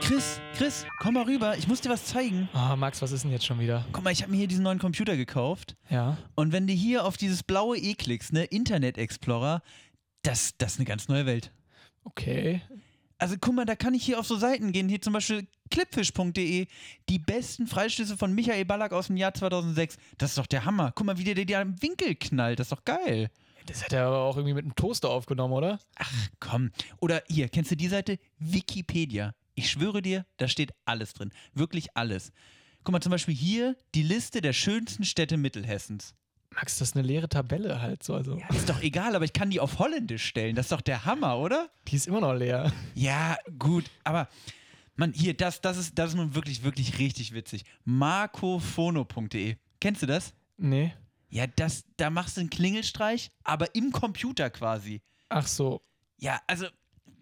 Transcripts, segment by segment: Chris, Chris, komm mal rüber. Ich muss dir was zeigen. Ah, Max, was ist denn jetzt schon wieder? Guck mal, ich habe mir hier diesen neuen Computer gekauft. Ja. Und wenn du hier auf dieses blaue E klickst, ne, Internet Explorer, das, das ist eine ganz neue Welt. Okay. Also guck mal, da kann ich hier auf so Seiten gehen. Hier zum Beispiel clipfish.de, die besten Freistöße von Michael Ballack aus dem Jahr 2006. Das ist doch der Hammer. Guck mal, wie der dir da im Winkel knallt. Das ist doch geil. Das hat er aber auch irgendwie mit einem Toaster aufgenommen, oder? Ach komm. Oder hier, kennst du die Seite? Wikipedia. Ich schwöre dir, da steht alles drin. Wirklich alles. Guck mal, zum Beispiel hier die Liste der schönsten Städte Mittelhessens. Max, das ist eine leere Tabelle halt so. Also. Ist doch egal, aber ich kann die auf Holländisch stellen. Das ist doch der Hammer, oder? Die ist immer noch leer. Ja, gut, aber man, hier, das, das, ist, das ist nun wirklich, wirklich richtig witzig. Marcofono.de. Kennst du das? Nee. Ja, das, da machst du einen Klingelstreich, aber im Computer quasi. Ach so. Ja, also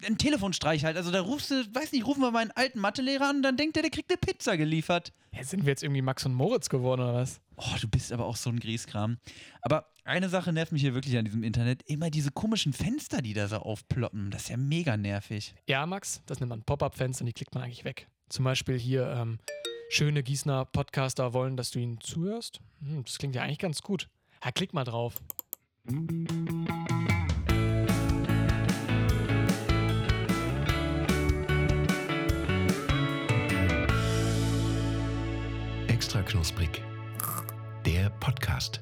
ein Telefonstreich halt. Also da rufst du, weiß nicht, rufen wir meinen alten Mathelehrer an, dann denkt er, der kriegt eine Pizza geliefert. Ja, sind wir jetzt irgendwie Max und Moritz geworden oder was? Oh, du bist aber auch so ein Grieskram. Aber eine Sache nervt mich hier wirklich an diesem Internet. Immer diese komischen Fenster, die da so aufploppen. Das ist ja mega nervig. Ja, Max, das nennt man Pop-Up-Fans und die klickt man eigentlich weg. Zum Beispiel hier, ähm, schöne Gießener Podcaster wollen, dass du ihnen zuhörst. Hm, das klingt ja eigentlich ganz gut. Ja, klick mal drauf. Extra knusprig. Der Podcast.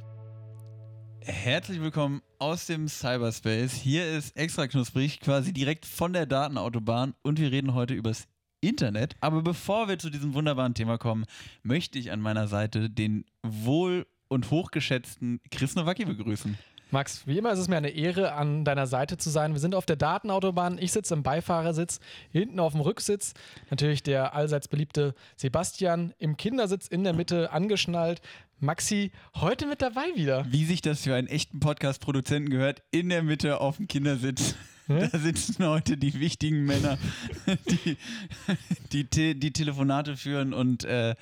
Herzlich willkommen aus dem Cyberspace. Hier ist extra knusprig, quasi direkt von der Datenautobahn und wir reden heute übers Internet. Aber bevor wir zu diesem wunderbaren Thema kommen, möchte ich an meiner Seite den wohl und hochgeschätzten Chris Nowacki begrüßen. Max, wie immer ist es mir eine Ehre, an deiner Seite zu sein. Wir sind auf der Datenautobahn. Ich sitze im Beifahrersitz, hinten auf dem Rücksitz. Natürlich der allseits beliebte Sebastian im Kindersitz in der Mitte angeschnallt. Maxi, heute mit dabei wieder. Wie sich das für einen echten Podcast-Produzenten gehört, in der Mitte auf dem Kindersitz. Da sitzen heute die wichtigen Männer, die die, Te die Telefonate führen und äh,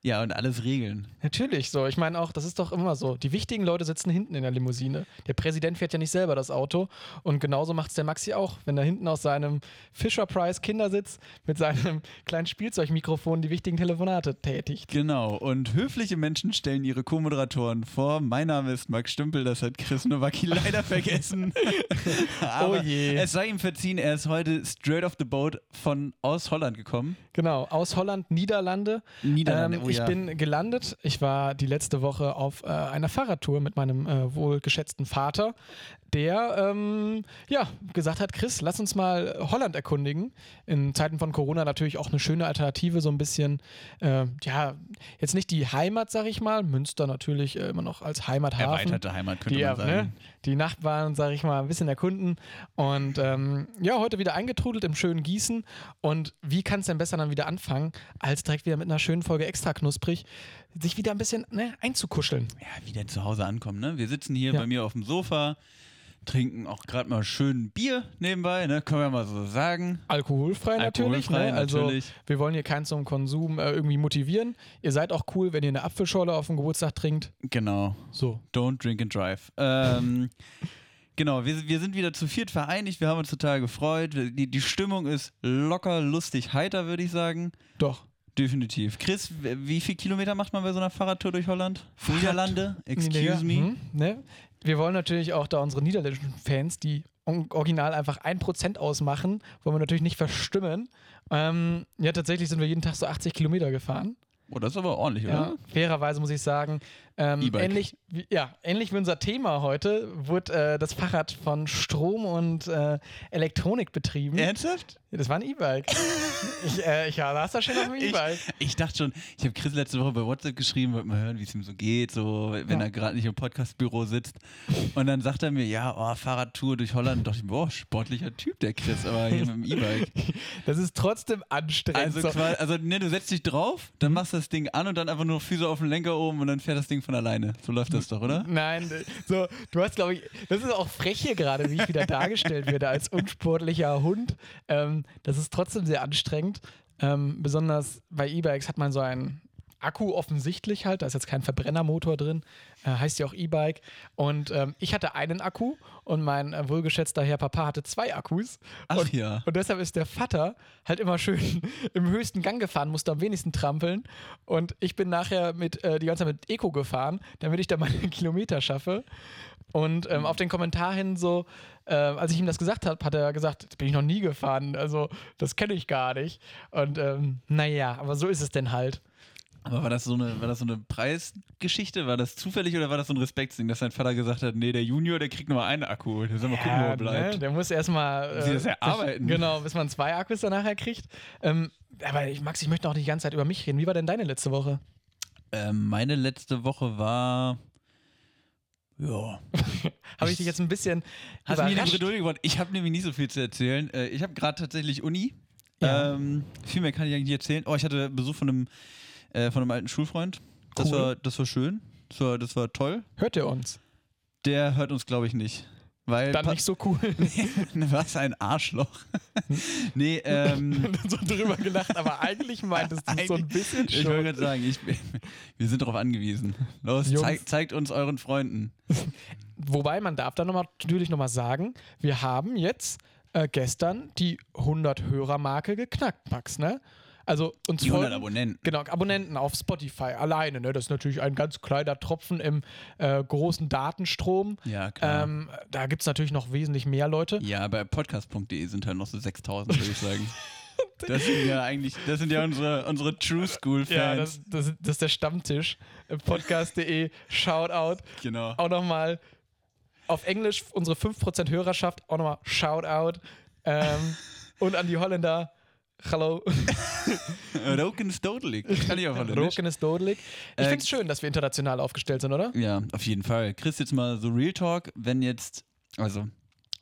ja und alles regeln. Natürlich so. Ich meine auch, das ist doch immer so. Die wichtigen Leute sitzen hinten in der Limousine. Der Präsident fährt ja nicht selber das Auto. Und genauso macht es der Maxi auch, wenn er hinten aus seinem Fisher-Price Kindersitz mit seinem kleinen Spielzeugmikrofon die wichtigen Telefonate tätigt. Genau. Und höfliche Menschen stellen ihre Co-Moderatoren vor. Mein Name ist Max Stümpel, das hat Chris Nowacki leider vergessen. Aber Oh je. Es sei ihm verziehen, er ist heute straight off the boat von aus Holland gekommen. Genau, aus Holland, Niederlande. Niederlande, ähm, oh ich ja. bin gelandet. Ich war die letzte Woche auf äh, einer Fahrradtour mit meinem äh, wohlgeschätzten Vater, der ähm, ja, gesagt hat, Chris, lass uns mal Holland erkundigen. In Zeiten von Corona natürlich auch eine schöne Alternative, so ein bisschen, äh, ja, jetzt nicht die Heimat, sag ich mal, Münster natürlich äh, immer noch als Heimathafen. Erweiterte Heimat, könnte die, man sagen. Ne, die Nachbarn, sag ich mal, ein bisschen erkunden. Und ähm, ja, heute wieder eingetrudelt im schönen Gießen. Und wie kann es denn besser dann wieder anfangen, als direkt wieder mit einer schönen Folge extra knusprig, sich wieder ein bisschen ne, einzukuscheln? Ja, wieder zu Hause ankommen, ne? Wir sitzen hier Ja. bei mir auf dem Sofa, trinken auch gerade mal schön Bier nebenbei, ne? Können wir mal so sagen. Alkoholfrei natürlich. Alkoholfrei, ne? Also natürlich. wir wollen hier keinen zum Konsum äh, irgendwie motivieren. Ihr seid auch cool, wenn ihr eine Apfelschorle auf dem Geburtstag trinkt. Genau. So. Don't drink and drive. Ähm, genau, wir, wir sind wieder zu viert vereinigt, wir haben uns total gefreut. Die, die Stimmung ist locker, lustig, heiter, würde ich sagen. Doch. Definitiv. Chris, w- wie viel Kilometer macht man bei so einer Fahrradtour durch Holland? Niederlande? Nieder- Excuse me. Hm, ne? Wir wollen natürlich auch da unsere niederländischen Fans, die on- original einfach 1% ausmachen, wollen wir natürlich nicht verstimmen. Ähm, ja, tatsächlich sind wir jeden Tag so 80 Kilometer gefahren. Oh, das ist aber ordentlich, Ja, oder? fairerweise muss ich sagen, ähm, E-Bike. ähnlich, wie, ja, ähnlich wie unser Thema heute wurde äh, das Fahrrad von Strom und äh, Elektronik betrieben. Ernsthaft? Das war ein E-Bike. ich äh, ich ja, saß da schön auf dem Ich, E-Bike. ich dachte schon, ich habe Chris letzte Woche bei WhatsApp geschrieben, wollte mal hören, wie es ihm so geht, so wenn Ja. er gerade nicht im Podcastbüro sitzt. Und dann sagt er mir, ja, oh, Fahrradtour durch Holland. Und dachte ich, mir, boah, sportlicher Typ, der Chris, aber hier mit dem E-Bike. Das ist trotzdem anstrengend. Also, So- quasi, also ne, du setzt dich drauf, dann machst du das Ding an und dann einfach nur Füße auf den Lenker oben und dann fährt das Ding von alleine. So läuft das doch, oder? Nein, so, du hast, glaube ich, das ist auch frech hier gerade, wie ich wieder dargestellt werde als unsportlicher Hund. Ähm, das ist trotzdem sehr anstrengend. Ähm, besonders bei E-Bikes hat man so ein Akku offensichtlich halt, da ist jetzt kein Verbrennermotor drin, äh, heißt ja auch E-Bike. Und ähm, ich hatte einen Akku und mein äh, wohlgeschätzter Herr Papa hatte zwei Akkus. Ach und, ja. und deshalb ist der Vater halt immer schön im höchsten Gang gefahren, musste am wenigsten trampeln. Und ich bin nachher mit, äh, die ganze Zeit mit Eco gefahren, damit ich da meine Kilometer schaffe. Und ähm, auf den Kommentar hin so, äh, als ich ihm das gesagt habe, hat er gesagt, "Das bin ich noch nie gefahren, also das kenne ich gar nicht. Und ähm, naja, aber so ist es denn halt. Aber war das so eine, war das so eine Preisgeschichte? War das zufällig oder war das so ein Respektsding, dass sein Vater gesagt hat, nee, der Junior, der kriegt nur einen Akku, der soll mal gucken, wo er bleibt. Ne? Der muss erstmal Sie das erarbeiten. Genau, bis man zwei Akkus danach kriegt. Ähm, aber ich, Max, ich möchte auch nicht die ganze Zeit über mich reden. Wie war denn deine letzte Woche? Ähm, meine letzte Woche war. Ja. Habe ich dich jetzt ein bisschen Hast mich in die überrascht? Bredouille gebracht. Ich habe nämlich nicht so viel zu erzählen. Äh, ich habe gerade tatsächlich Uni. Ja. Ähm, viel mehr kann ich eigentlich nicht erzählen. Oh, ich hatte Besuch von einem, äh, von einem alten Schulfreund. Das, Cool. war, das war schön. Das war, das war toll. Hört ihr uns? Der hört uns, glaube ich, nicht. Weil Dann Pa- nicht so cool. Was ein Arschloch. nee, ähm. so drüber gelacht, aber eigentlich meintest du es so ein eigentlich- bisschen Ich wollte schon. gerade sagen, ich, wir sind darauf angewiesen. Los, Jungs. zeig, zeigt uns euren Freunden. Wobei man darf da noch mal, natürlich nochmal sagen, wir haben jetzt äh, gestern die 100-Hörer-Marke geknackt, Max, ne? Also uns Die 100 folgen- Abonnenten. Genau, Abonnenten auf Spotify alleine, ne? Das ist natürlich ein ganz kleiner Tropfen im äh, großen Datenstrom. Ja, klar. Ähm, da gibt es natürlich noch wesentlich mehr Leute. Ja, bei podcast.de sind halt noch so 6000, würde ich sagen. Das sind ja eigentlich, das sind ja unsere, unsere True School Fans. Ja, das, das, das ist der Stammtisch. Äh, Podcast.de, Shoutout. genau. Auch nochmal auf Englisch unsere 5% Hörerschaft, auch nochmal Shoutout. Ähm, und an die Holländer, hallo, Roken Stodelig. Kann ich auch von Roken ist Dodelig. Ich Äh, finde es schön, dass wir international aufgestellt sind, oder? Ja, auf jeden Fall. Chris, jetzt mal so Real Talk, wenn jetzt, also,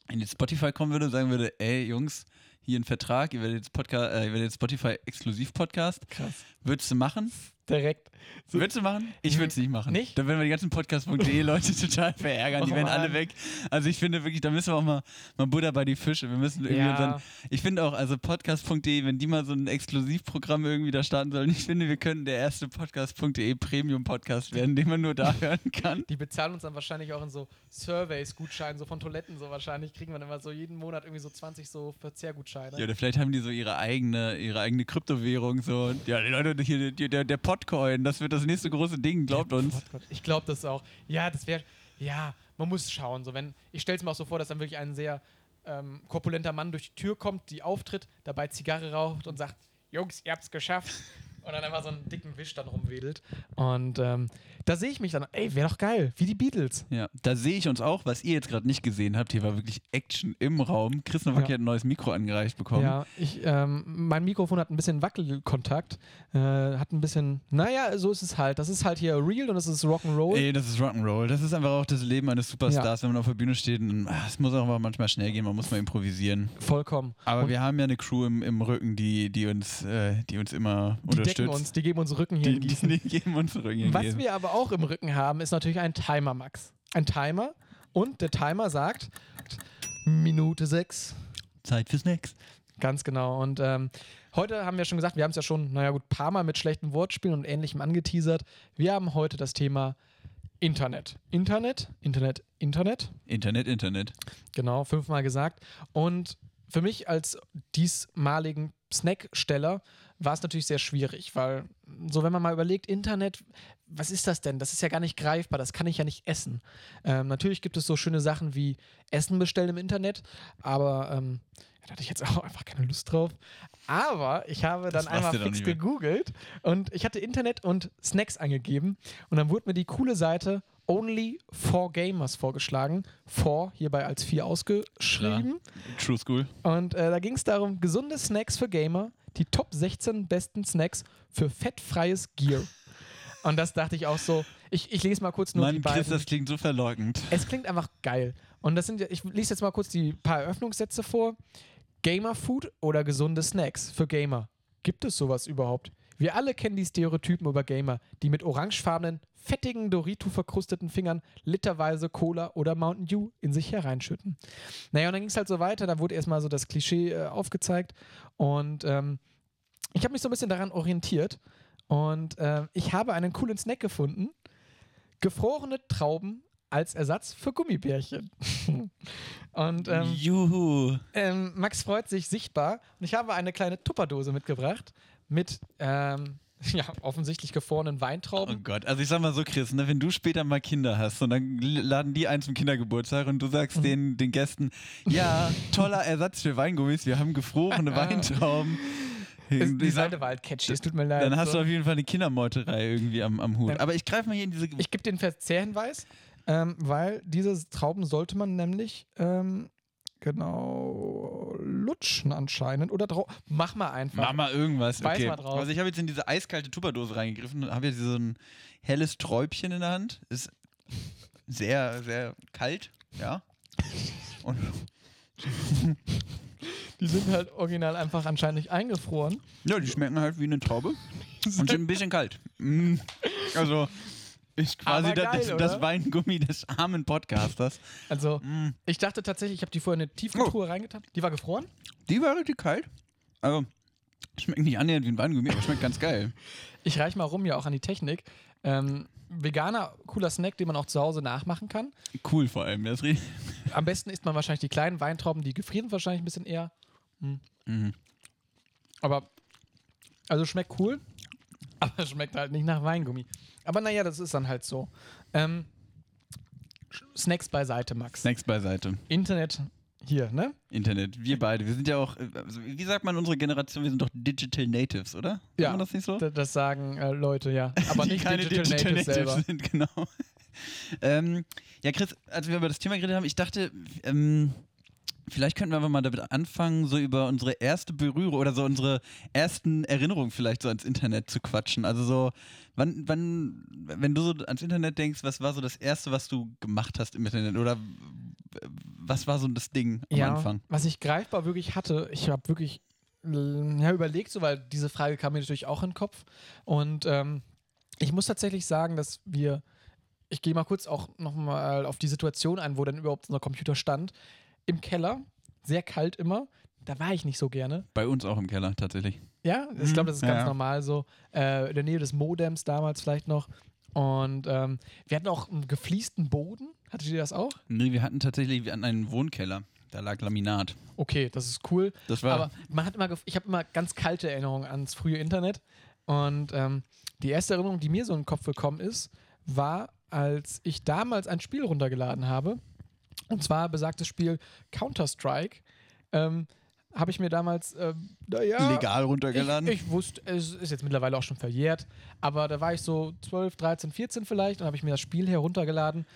wenn jetzt Spotify kommen würde und sagen würde, ey Jungs, hier ein Vertrag, ihr werdet jetzt, Podca- äh, ihr werdet jetzt Spotify exklusiv Podcast. Krass. Würdest du machen? Direkt. So- Würdest du machen? Ich würde es nicht machen. Mhm. Nicht? Dann werden wir die ganzen Podcast.de Leute total verärgern. die Oh werden alle Mann. weg. Also ich finde wirklich, da müssen wir auch mal, mal Buddha bei die Fische. Wir müssen irgendwie Ja. unseren, ich finde auch, also Podcast.de, wenn die mal so ein Exklusivprogramm irgendwie da starten sollen, ich finde, wir können der erste Podcast.de Premium Podcast werden, den man nur da hören kann. Die bezahlen uns dann wahrscheinlich auch in so Surveys, Gutscheinen, so von Toiletten, so wahrscheinlich kriegen wir dann immer so jeden Monat irgendwie so 20 so Verzehrgutscheine. Ja, oder vielleicht haben die so ihre eigene, ihre eigene Kryptowährung so. Und Ja, die Leute, hier, die, der, der Podcoin, das wird das nächste große Ding, glaubt uns. Oh Gott, Gott. Ich glaube das auch. Ja, das wäre. Ja, man muss schauen. So, wenn, ich stelle es mir auch so vor, dass dann wirklich ein sehr ähm, korpulenter Mann durch die Tür kommt, die auftritt, dabei Zigarre raucht und sagt: Jungs, ihr habt's geschafft. Und dann einfach so einen dicken Wisch dann rumwedelt. Und ähm, da sehe ich mich dann, ey, wäre doch geil, wie die Beatles. Ja, da sehe ich uns auch, was ihr jetzt gerade nicht gesehen habt. Hier war wirklich Action im Raum. Chris Nowacki Ja. hat ein neues Mikro angereicht bekommen. Ja, ich, ähm, mein Mikrofon hat ein bisschen Wackelkontakt, äh, hat ein bisschen, naja, so ist es halt. Das ist halt hier real und das ist Rock'n'Roll. Ey, das ist Rock'n'Roll. Das ist einfach auch das Leben eines Superstars, wenn man auf der Bühne steht. Und, ah, es muss auch mal manchmal schnell gehen, man muss mal improvisieren. Vollkommen. Aber und wir haben ja eine Crew im, im Rücken, die, die, uns, äh, die uns immer die unterstützt. decken uns, die geben uns Rücken hier die, in Gießen. die, die geben uns Rücken. Was wir aber auch im Rücken haben, ist natürlich ein Timer, Max. Ein Timer und der Timer sagt Minute 6. Zeit für Snacks. Ganz genau. Und ähm, heute haben wir schon gesagt, wir haben es ja schon, naja gut, paar Mal mit schlechten Wortspielen und Ähnlichem angeteasert. Wir haben heute das Thema Internet. Internet, Internet, Internet. Internet, Internet. Genau, fünfmal gesagt. Und für mich als diesmaligen Snacksteller war es natürlich sehr schwierig, weil so, wenn man mal überlegt, Internet, was ist das denn? Das ist ja gar nicht greifbar, das kann ich ja nicht essen. Ähm, natürlich gibt es so schöne Sachen wie Essen bestellen im Internet, aber ähm, da hatte ich jetzt auch einfach keine Lust drauf. Aber ich habe Das dann war's einmal dir doch fix nicht mehr. gegoogelt und ich hatte Internet und Snacks eingegeben und dann wurde mir die coole Seite Only for Gamers vorgeschlagen. For hierbei als vier ausgeschrieben. True School. Und äh, da ging es darum, gesunde Snacks für Gamer, die Top 16 besten Snacks für fettfreies Gear. Und das dachte ich auch so. Ich, ich lese mal kurz nur die Mann, beiden. Chris, das klingt so verlockend. Es klingt einfach geil. Und das sind ja, ich lese jetzt mal kurz die paar Eröffnungssätze vor. Gamer-Food oder gesunde Snacks für Gamer. Gibt es sowas überhaupt? Wir alle kennen die Stereotypen über Gamer, die mit orangefarbenen, fettigen, Dorito-verkrusteten Fingern literweise Cola oder Mountain Dew in sich hereinschütten. Naja, und dann ging es halt so weiter, da wurde erstmal so das Klischee äh, aufgezeigt und ähm, ich habe mich so ein bisschen daran orientiert Und ähm, ich habe einen coolen Snack gefunden. Gefrorene Trauben als Ersatz für Gummibärchen. Und ähm, Juhu. ähm, Max freut sich sichtbar. Und ich habe eine kleine Tupperdose mitgebracht mit ähm, ja, offensichtlich gefrorenen Oh Weintrauben. Gott, also ich sag mal so, Chris, ne, wenn du später mal Kinder hast und dann l- laden die ein zum Kindergeburtstag und du Mhm. sagst den, den Gästen, ja, toller Ersatz für Weingummis, wir haben gefrorene Weintrauben. Es- Ich Die sag- Seite war halt catchy, es tut mir leid. dann hast so. du auf jeden Fall eine Kindermeuterei irgendwie am, am Hut. Ja. Aber ich greife mal hier in diese. Ich gebe den Verzehrhinweis, ähm, weil diese Trauben sollte man nämlich ähm, genau lutschen anscheinend oder drau- Mach mal einfach. Mach mal irgendwas. Weiß Okay. mal drauf. Also ich habe jetzt in diese eiskalte Tupperdose reingegriffen und habe jetzt so ein helles Träubchen in der Hand. Ist sehr, sehr kalt, ja. Und Die sind halt original einfach anscheinend nicht eingefroren. ja, die schmecken halt wie eine Traube und sind ein bisschen kalt. Mm. Also ist quasi Aber geil, das, das, oder? das Weingummi des armen Podcasters. Also, Mm. Oh. ich dachte tatsächlich, ich habe die vorher in eine Tiefkühltruhe reingetan. Die war gefroren. Die war richtig kalt. Also schmeckt nicht annähernd wie ein Weingummi, aber schmeckt ganz geil. Ich reich mal rum ja auch an die Technik. Ähm, veganer, cooler Snack, den man auch zu Hause nachmachen kann. Cool vor allem. Das ist richtig Am besten isst man wahrscheinlich die kleinen Weintrauben, die gefrieren wahrscheinlich ein bisschen eher. Hm. Mhm. Aber, also schmeckt cool, aber schmeckt halt nicht nach Weingummi. Aber naja, das ist dann halt so. Ähm, Sch- Snacks beiseite, Max. Snacks beiseite. Internet hier, ne? Internet, wir beide. Wir sind ja auch, äh, also wie sagt man unsere Generation, wir sind doch Digital Natives, oder? Sagt Ja. man das nicht so? D- Das sagen äh, Leute, ja. Aber Hm? Die nicht keine Digital, Natives selber. sind, genau. ähm, ja, Chris, als wir über das Thema geredet haben, ich dachte, ähm, vielleicht könnten wir einfach mal damit anfangen, so über unsere erste Berührung oder so unsere ersten Erinnerungen vielleicht so ans Internet zu quatschen. Also so, wann, wann, wenn du so ans Internet denkst, was war so das Erste, was du gemacht hast im Internet? Oder äh, was war so das Ding am ja, Anfang? Was ich greifbar wirklich hatte, ich habe wirklich l- ja, überlegt, so, weil diese Frage kam mir natürlich auch in den Kopf. Und ähm, ich muss tatsächlich sagen, dass wir, ich gehe mal kurz auch nochmal auf die Situation ein, wo dann überhaupt unser Computer stand. Im Keller, sehr kalt immer, da war ich nicht so gerne. Bei uns auch im Keller tatsächlich. Ja, ich Mhm, glaube, das ist ganz ja. normal so. Äh, in der Nähe des Modems damals vielleicht noch. Und ähm, wir hatten auch einen gefliesten Boden. Hattet ihr das auch? Nee, wir hatten tatsächlich wir hatten einen Wohnkeller. Da lag Laminat. Okay, das ist cool. Das war. Aber man hat immer, gef- ich habe immer ganz kalte Erinnerungen ans frühe Internet. Und ähm, die erste Erinnerung, die mir so in den Kopf gekommen ist, war, als ich damals ein Spiel runtergeladen habe. Und zwar besagtes Spiel Counter-Strike. Ähm, habe ich mir damals, ähm, naja, legal runtergeladen. Ich, ich wusste, es ist jetzt mittlerweile auch schon verjährt, aber da war ich so 12, 13, 14 vielleicht und habe ich mir das Spiel heruntergeladen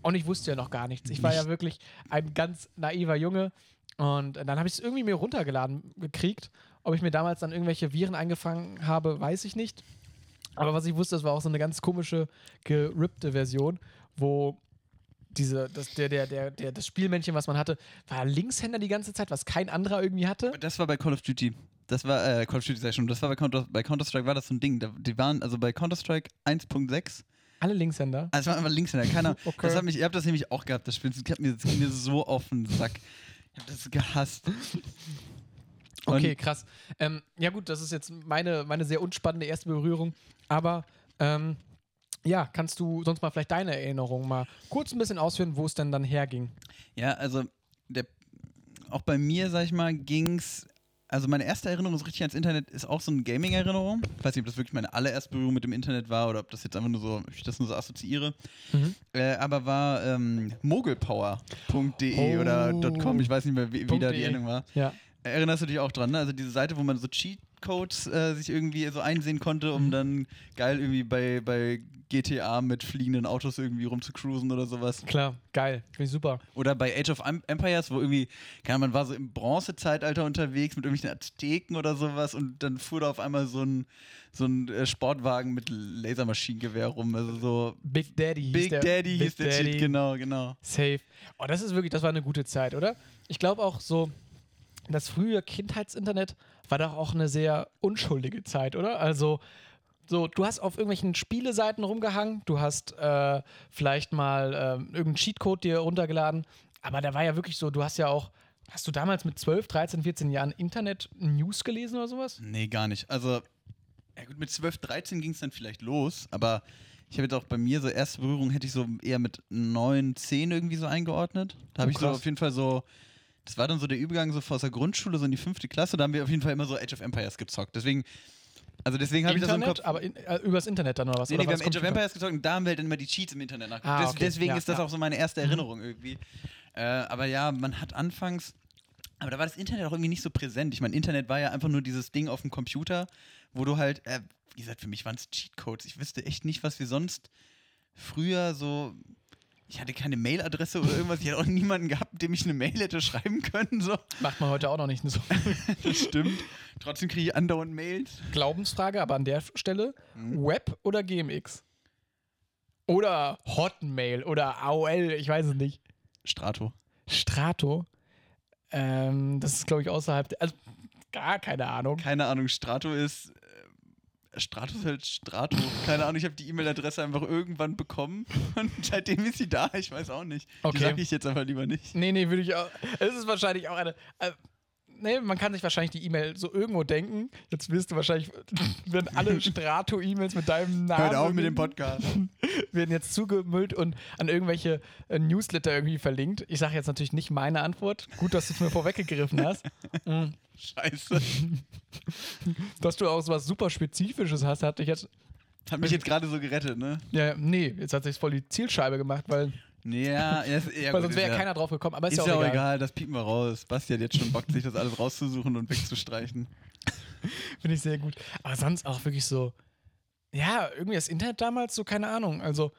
und ich wusste ja noch gar nichts. Ich war ja wirklich ein ganz naiver Junge und dann habe ich es irgendwie mir runtergeladen gekriegt. Ob ich mir damals dann irgendwelche Viren eingefangen habe, weiß ich nicht. Aber was ich wusste, das war auch so eine ganz komische, gerippte Version, wo diese, das, der, der, der, der, das Spielmännchen, was man hatte, war Linkshänder die ganze Zeit, was kein anderer irgendwie hatte. Aber das war bei Call of Duty. Das war, äh, Call of Duty sei schon, das war bei Counter, bei Counter Strike war das so ein Ding. Da, die waren, also bei Counter Strike 1.6, Alle Linkshänder. also es war einfach Linkshänder, keiner. Okay. Das hat mich, ihr habt das nämlich auch gehabt, das Spiel. Das hat mir, das ging mir so auf den Sack. Ich hab das gehasst. Und- Okay, krass. Ähm, ja gut, das ist jetzt meine, meine sehr unspannende erste Berührung, aber ähm, ja, kannst du sonst mal vielleicht deine Erinnerung mal kurz ein bisschen ausführen, wo es denn dann herging? Ja, also der, auch bei mir, sag ich mal, ging's. Also meine erste Erinnerung so richtig ans Internet ist auch so eine Gaming-Erinnerung. Ich weiß nicht, ob das wirklich meine allererste Berührung mit dem Internet war oder ob das jetzt einfach nur so, ob ich das nur so assoziiere. Mhm. Äh, aber war ähm, mogelpower.de Oh. oder .com, ich weiß nicht mehr, wie, wie da die .de. Endung war. Ja. Erinnerst du dich auch dran, ne? Also diese Seite, wo man so Cheatcodes äh, sich irgendwie so einsehen konnte, Mhm. um dann geil irgendwie bei, bei GTA mit fliegenden Autos irgendwie rumzucruisen oder sowas. Klar, geil, finde ich super. Oder bei Age of Em- Empires, wo irgendwie, keine Ahnung, man war so im Bronzezeitalter unterwegs mit irgendwelchen Azteken oder sowas und dann fuhr da auf einmal so ein, so ein äh, Sportwagen mit Lasermaschinengewehr rum. Also so Big Daddy hieß Big der. Daddy Big hieß der Cheat, genau, genau. Safe. Oh, das ist wirklich, das war eine gute Zeit, oder? Ich glaube auch so, das frühe Kindheitsinternet war doch auch eine sehr unschuldige Zeit, oder? Also, so, du hast auf irgendwelchen Spieleseiten rumgehangen, du hast äh, vielleicht mal ähm, irgendeinen Cheatcode dir runtergeladen, aber da war ja wirklich so, du hast ja auch, hast du damals mit 12, 13, 14 Jahren Internet-News gelesen oder sowas? Nee, gar nicht. Also Ja gut, mit 12, 13 ging es dann vielleicht los, aber ich habe jetzt auch bei mir so erste Berührung hätte ich so eher mit 9, 10 irgendwie so eingeordnet. Da habe Oh, ich so krass. auf jeden Fall so, das war dann so der Übergang so aus der Grundschule so in die fünfte Klasse, da haben wir auf jeden Fall immer so Age of Empires gezockt. Deswegen, also deswegen habe ich das so im Kopf. Internet, aber in, äh, übers Internet dann oder was? Nee, oder nee, wir was haben Age of Computer? Empires gezockt und da haben wir halt dann immer die Cheats im Internet nachgeguckt. Ah, Des- okay. Deswegen Ja, ist das ja. auch so meine erste Erinnerung irgendwie. Äh, aber ja, man hat anfangs, aber da war das Internet auch irgendwie nicht so präsent. Ich meine, Internet war ja einfach nur dieses Ding auf dem Computer, wo du halt, äh, wie gesagt, für mich waren es Cheatcodes. Ich wüsste echt nicht, was wir sonst früher so. Ich hatte keine Mailadresse oder irgendwas. Ich hatte auch niemanden gehabt, dem ich eine Mail hätte schreiben können. So. Macht man heute auch noch nicht so. Das stimmt. Trotzdem kriege ich andauernd Mails. Glaubensfrage, aber an der Stelle: Mhm. Web oder GMX? Oder Hotmail oder AOL, ich weiß es nicht. Strato. Strato. Ähm, das ist, glaube ich, außerhalb. Der, also, gar keine Ahnung. keine Ahnung, Strato ist. äh, Strato ist halt Strato. Keine Ahnung, ich habe die E-Mail-Adresse einfach irgendwann bekommen und seitdem ist sie da. Ich weiß auch nicht. Okay. Die sage ich jetzt einfach lieber nicht. Nee, nee, würde ich auch. Es ist wahrscheinlich auch eine. Äh, nee, man kann sich wahrscheinlich die E-Mail so irgendwo denken. Jetzt wirst du wahrscheinlich, werden alle Strato-E-Mails mit deinem Namen. Hört auf mit dem irgendwie- Podcast. werden jetzt zugemüllt und an irgendwelche äh, Newsletter irgendwie verlinkt. Ich sage jetzt natürlich nicht meine Antwort. Gut, dass du es mir vorweggegriffen hast. Mm. Scheiße. Dass du auch so was super Spezifisches hast, hatte ich jetzt. Hat mich jetzt gerade so gerettet, ne? Ja, nee, jetzt hat sich voll die Zielscheibe gemacht, weil, Nee, ja, ja, ist- ja gut, weil sonst ist wäre ja ja keiner drauf gekommen. Aber ist, Ist ja auch egal. das piepen wir raus. Basti hat jetzt schon Bock, sich das alles rauszusuchen und wegzustreichen. Finde ich sehr gut. Aber sonst auch wirklich so. Ja, irgendwie das Internet damals, so keine Ahnung. Also,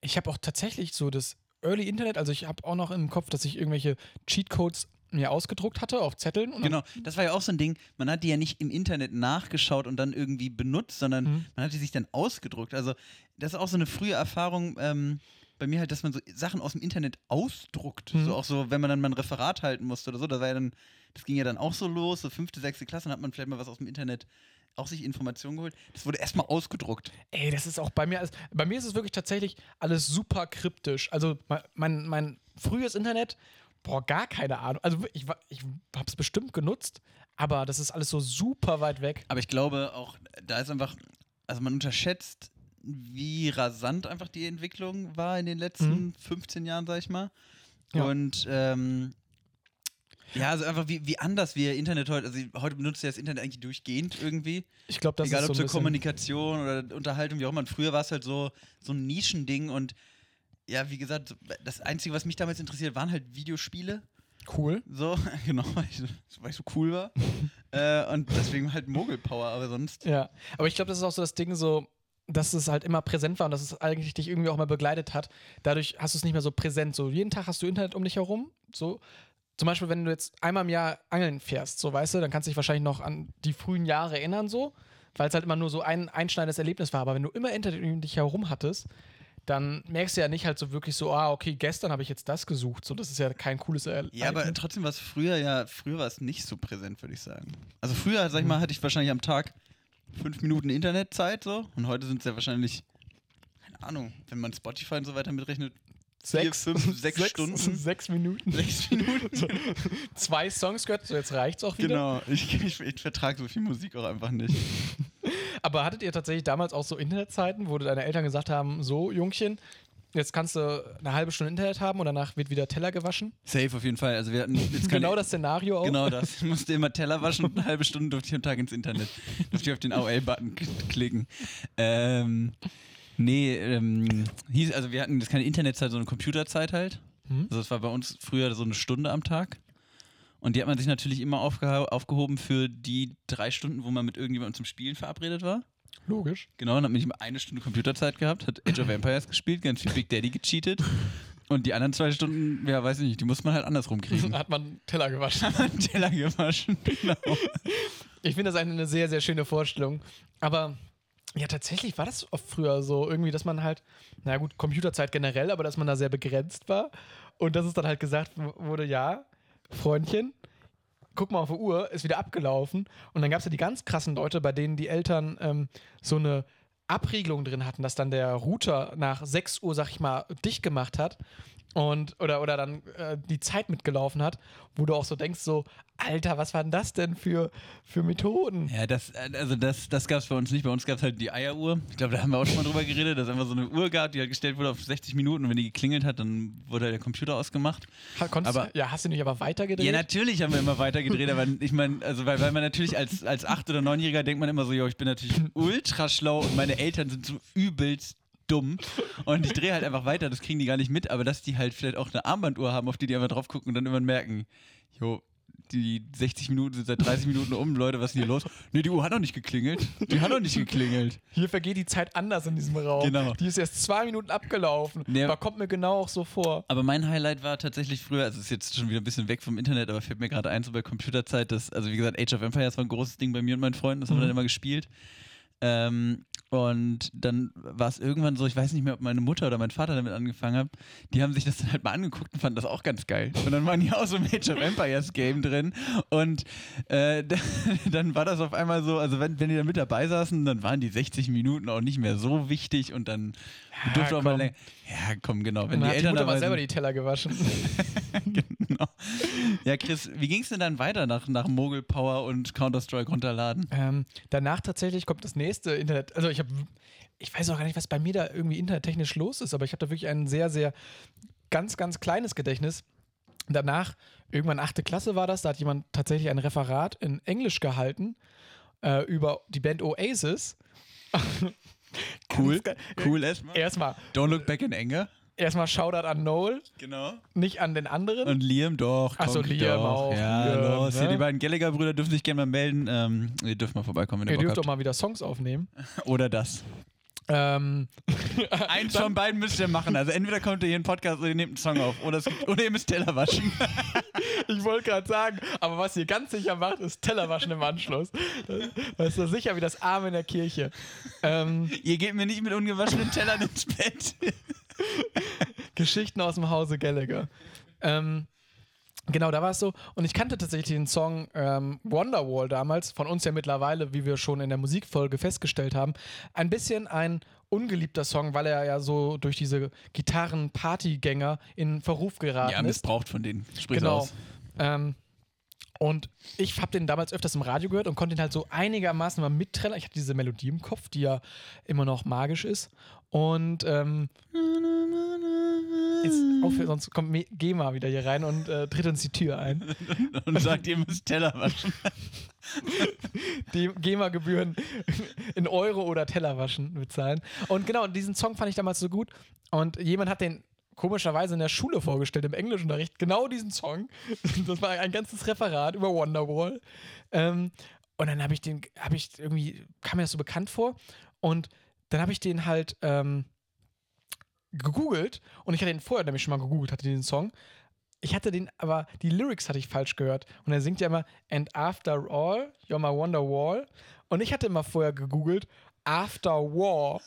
ich habe auch tatsächlich so das Early Internet, also ich habe auch noch im Kopf, dass ich irgendwelche Cheatcodes mir ausgedruckt hatte auf Zetteln und dann Genau, das war ja auch so ein Ding. Man hat die ja nicht im Internet nachgeschaut und dann irgendwie benutzt, sondern Mhm. man hat die sich dann ausgedruckt. Also, das ist auch so eine frühe Erfahrung ähm, bei mir halt, dass man so Sachen aus dem Internet ausdruckt. Mhm. So auch so, wenn man dann mal ein Referat halten musste oder so. Das, war ja dann, das ging ja dann auch so los, so fünfte, sechste Klasse, dann hat man vielleicht mal was aus dem Internet auch sich Informationen geholt. Das wurde erstmal ausgedruckt. Ey, das ist auch bei mir. alles- Bei mir ist es wirklich tatsächlich alles super kryptisch. Also mein, mein, mein frühes Internet, boah, gar keine Ahnung. Also ich, wa- ich habe es bestimmt genutzt, aber das ist alles so super weit weg. Aber ich glaube auch, da ist einfach, also man unterschätzt, wie rasant einfach die Entwicklung war in den letzten 15 Jahren, sag ich mal. Mhm. Ja. Und ähm, ja, also einfach wie, wie anders wir Internet heute, also heute benutzt ihr das Internet eigentlich durchgehend irgendwie. Ich glaube, das Egal ist so ob ein zur bisschen, Kommunikation oder Unterhaltung, wie auch immer. Und früher war es halt so, so ein Nischending und ja, wie gesagt, das Einzige, was mich damals interessiert, waren halt Videospiele. cool. So, genau, weil ich, weil ich so cool war. äh, und deswegen halt Mogelpower, aber sonst. Ja, aber ich glaube, das ist auch so das Ding so, dass es halt immer präsent war und dass es eigentlich dich irgendwie auch mal begleitet hat. Dadurch hast du es nicht mehr so präsent. So jeden Tag hast du Internet um dich herum. So zum Beispiel, wenn du jetzt einmal im Jahr angeln fährst, so weißt du, dann kannst du dich wahrscheinlich noch an die frühen Jahre erinnern so, weil es halt immer nur so ein einschneidendes Erlebnis war. Aber wenn du immer Internet um dich herum hattest, dann merkst du ja nicht halt so wirklich so, ah okay, gestern habe ich jetzt das gesucht. So das ist ja kein cooles Erlebnis. Ja, aber trotzdem war es früher ja, früher war es nicht so präsent, würde ich sagen. Also früher, sag ich mal, hatte ich wahrscheinlich am Tag fünf Minuten Internetzeit so und heute sind es ja wahrscheinlich, keine Ahnung, wenn man Spotify und so weiter mitrechnet, vier, fünf, sechs Stunden. sechs Minuten, sechs Minuten. zwei Songs gehört. So jetzt reicht's auch wieder. genau, ich, ich, ich vertrage so viel Musik auch einfach nicht. Aber hattet ihr tatsächlich damals auch so Internetzeiten, wo deine Eltern gesagt haben, so Jungchen, jetzt kannst du eine halbe Stunde Internet haben und danach wird wieder Teller gewaschen? Safe auf jeden Fall. Also wir hatten jetzt keine- Genau das Szenario auch. Genau das. Ich musste immer Teller waschen und eine halbe Stunde durfte ich am Tag ins Internet. Durfte ich auf den AOL-Button k- klicken. Ähm, nee, ähm, hieß, also wir hatten das ist keine Internetzeit, sondern Computerzeit halt. Mhm. Also das war bei uns früher so eine Stunde am Tag. Und die hat man sich natürlich immer aufgeha- aufgehoben für die drei Stunden, wo man mit irgendjemandem zum Spielen verabredet war. Logisch. Genau, dann hat mich immer eine Stunde Computerzeit gehabt, hat Age of Empires gespielt, ganz viel Big Daddy gecheatet. Und die anderen zwei Stunden, ja, weiß ich nicht, die muss man halt andersrum kriegen. Hat man Teller gewaschen. Teller gewaschen, genau. Ich finde das eine, eine sehr, sehr schöne Vorstellung. Aber ja, tatsächlich war das oft früher so irgendwie, dass man halt, na gut, Computerzeit generell, aber dass man da sehr begrenzt war. Und dass es dann halt gesagt w- wurde, ja, Freundchen, guck mal auf die Uhr, ist wieder abgelaufen. Und dann gab es ja die ganz krassen Leute, bei denen die Eltern ähm, so eine Abriegelung drin hatten, dass dann der Router nach 6 Uhr, sag ich mal, dicht gemacht hat. und oder, oder dann äh, die Zeit mitgelaufen hat, wo du auch so denkst, so, Alter, was waren das denn für, für Methoden? Ja, das, äh, also das, das gab es bei uns nicht. Bei uns gab es halt die Eieruhr. Ich glaube, da haben wir auch schon mal drüber geredet, dass es einfach so eine Uhr gab, die halt gestellt wurde auf 60 Minuten und wenn die geklingelt hat, dann wurde halt der Computer ausgemacht. Ha, konntest, aber- du, ja, hast du nicht aber weitergedreht? Ja, natürlich haben wir immer weitergedreht, aber ich meine, also weil, weil man natürlich als, als 8- oder 9-Jähriger denkt man immer so, jo, ich bin natürlich ultra schlau und meine Eltern sind so übelst dumm und ich drehe halt einfach weiter, das kriegen die gar nicht mit, aber dass die halt vielleicht auch eine Armbanduhr haben, auf die die einfach drauf gucken und dann irgendwann merken, jo, die 60 Minuten sind seit 30 Minuten um, Leute, was ist denn hier los? Nee, die Uhr hat noch nicht geklingelt. Die hat noch nicht geklingelt. Hier vergeht die Zeit anders in diesem Raum. Genau. Die ist erst zwei Minuten abgelaufen. Nee. Aber kommt mir genau auch so vor. Aber mein Highlight war tatsächlich früher, also ist jetzt schon wieder ein bisschen weg vom Internet, aber fällt mir gerade ein, so bei Computerzeit, dass, also wie gesagt, Age of Empires war ein großes Ding bei mir und meinen Freunden, das haben wir Mhm. dann immer gespielt. Ähm, und dann war es irgendwann so, ich weiß nicht mehr, ob meine Mutter oder mein Vater damit angefangen hat, die haben sich das dann halt mal angeguckt und fanden das auch ganz geil. Und dann waren die auch so im Age of Empires Game drin und äh, da- dann war das auf einmal so, also wenn, wenn die da mit dabei saßen, dann waren die 60 Minuten auch nicht mehr so wichtig und dann Ja, durfte auch mal komm. länger. Ja, komm, genau. Und Wenn die dann hat die Eltern Mutter dabei mal selber sind. die Teller gewaschen. genau. Ja, Chris, wie ging es denn dann weiter nach, nach Mogul Power und Counter-Strike runterladen? Ähm, danach tatsächlich kommt das nächste Internet. Also ich habe, ich weiß auch gar nicht, was bei mir da irgendwie internettechnisch los ist, aber ich habe da wirklich ein sehr, sehr ganz, ganz kleines Gedächtnis. Danach, irgendwann achte Klasse war das, da hat jemand tatsächlich ein Referat in Englisch gehalten äh, über die Band Oasis. Cool. Cool erstmal. Erstmal, Don't look back in anger. erstmal Shoutout an Noel, Genau. nicht an den anderen. Und Liam doch. Ach so, komm, Liam doch. auch. Ja, Liam, los. Hier, ne? die beiden Gallagher-Brüder dürfen sich gerne mal melden. Ähm, ihr dürft mal vorbeikommen, wenn Ihr ihr, dürft Bock doch habt. mal wieder Songs aufnehmen. Oder das. Ähm, Eins von beiden müsst ihr machen. Also entweder kommt ihr hier in den Podcast oder ihr nehmt einen Song auf. Oder, es gibt, oder ihr müsst Teller waschen. Ich wollte gerade sagen, aber was ihr ganz sicher macht, ist Tellerwaschen im Anschluss. Das ist so sicher wie das Arm in der Kirche. Ähm, ihr geht mir nicht mit ungewaschenen Tellern ins Bett. Geschichten aus dem Hause Gallagher. Ähm, genau, da war es so. Und ich kannte tatsächlich den Song ähm, Wonderwall damals, von uns ja mittlerweile, wie wir schon in der Musikfolge festgestellt haben, ein bisschen ein ungeliebter Song, weil er ja so durch diese Gitarren-Partygänger in Verruf geraten Ja, ist. missbraucht von denen. Sprich Ah, Genau. aus. Ähm, und ich habe den damals öfters im Radio gehört und konnte ihn halt so einigermaßen mal mittrennen. Ich habe diese Melodie im Kopf, die ja immer noch magisch ist. Und ähm, jetzt aufhören, sonst kommt Me- GEMA wieder hier rein und äh, tritt uns die Tür ein. Und sagt, ihr müsst Teller waschen. Die GEMA-Gebühren in Euro oder Teller waschen bezahlen. Und genau, diesen Song fand ich damals so gut. Und jemand hat den komischerweise in der Schule vorgestellt, im Englischunterricht, genau diesen Song. Das war ein ganzes Referat über Wonderwall. Ähm, und dann habe ich den, habe ich irgendwie, kam mir das so bekannt vor. Und dann habe ich den halt ähm, gegoogelt. Und ich hatte den vorher nämlich schon mal gegoogelt, hatte den Song. Ich hatte den, aber die Lyrics hatte ich falsch gehört. Und er singt ja immer, and after all, you're my Wonderwall. Und ich hatte immer vorher gegoogelt, after war.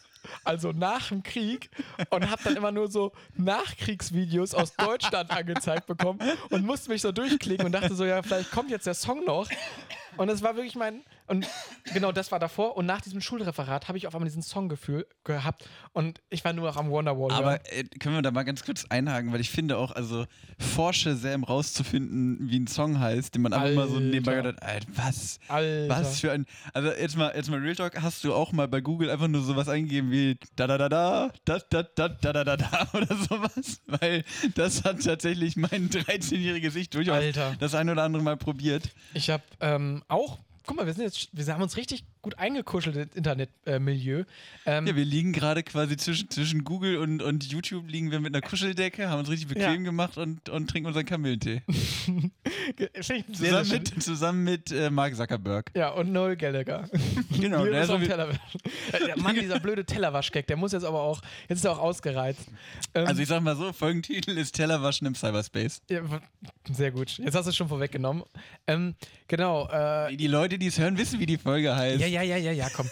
Also nach dem Krieg und habe dann immer nur so Nachkriegsvideos aus Deutschland angezeigt bekommen und musste mich so durchklicken und dachte so, ja, vielleicht kommt jetzt der Song noch. Und es war wirklich mein. Und genau das war davor. Und nach diesem Schulreferat habe ich auf einmal diesen Song gefühl, gehabt. Und ich war nur noch am Wonderwall. hören. Aber äh, können wir da mal ganz kurz einhaken, weil ich finde auch, also forsche sehr im rauszufinden, wie ein Song heißt, den man einfach mal so nebenbei Alter. gedacht hat, Alter, was? Alter. Was für ein. Also jetzt mal, jetzt mal Real Talk, hast du auch mal bei Google einfach nur sowas eingegeben wie da da da da, da da da da da da da oder sowas? Weil das hat tatsächlich mein 13-jähriges Ich durchaus Alter. das ein oder andere Mal probiert. Ich habe ähm, auch. Guck mal, wir sind jetzt, wir haben uns richtig gut eingekuschelt im Internetmilieu. ähm, Ja, wir liegen gerade quasi zwischen, zwischen Google und, und YouTube liegen wir mit einer Kuscheldecke, haben uns richtig bequem gemacht und, und trinken unseren Kamillentee. ge- finde ich sehr, sehr Zusammen schön. mit, zusammen mit äh, Mark Zuckerberg. Ja, und Noel Gallagher. Genau, Hier der ist ist am so wie- Tellerwasch. Ja, Mann, dieser blöde Tellerwaschgag, der muss jetzt aber auch, jetzt ist er auch ausgereizt. Ähm, Also ich sag mal so, Folgentitel ist Tellerwaschen im Cyberspace. ja, w- sehr gut. Jetzt hast du es schon vorweggenommen. Ähm, genau. Äh, Die Leute, die es hören, wissen, wie die Folge heißt. Ja, ja, ja, ja, ja, komm.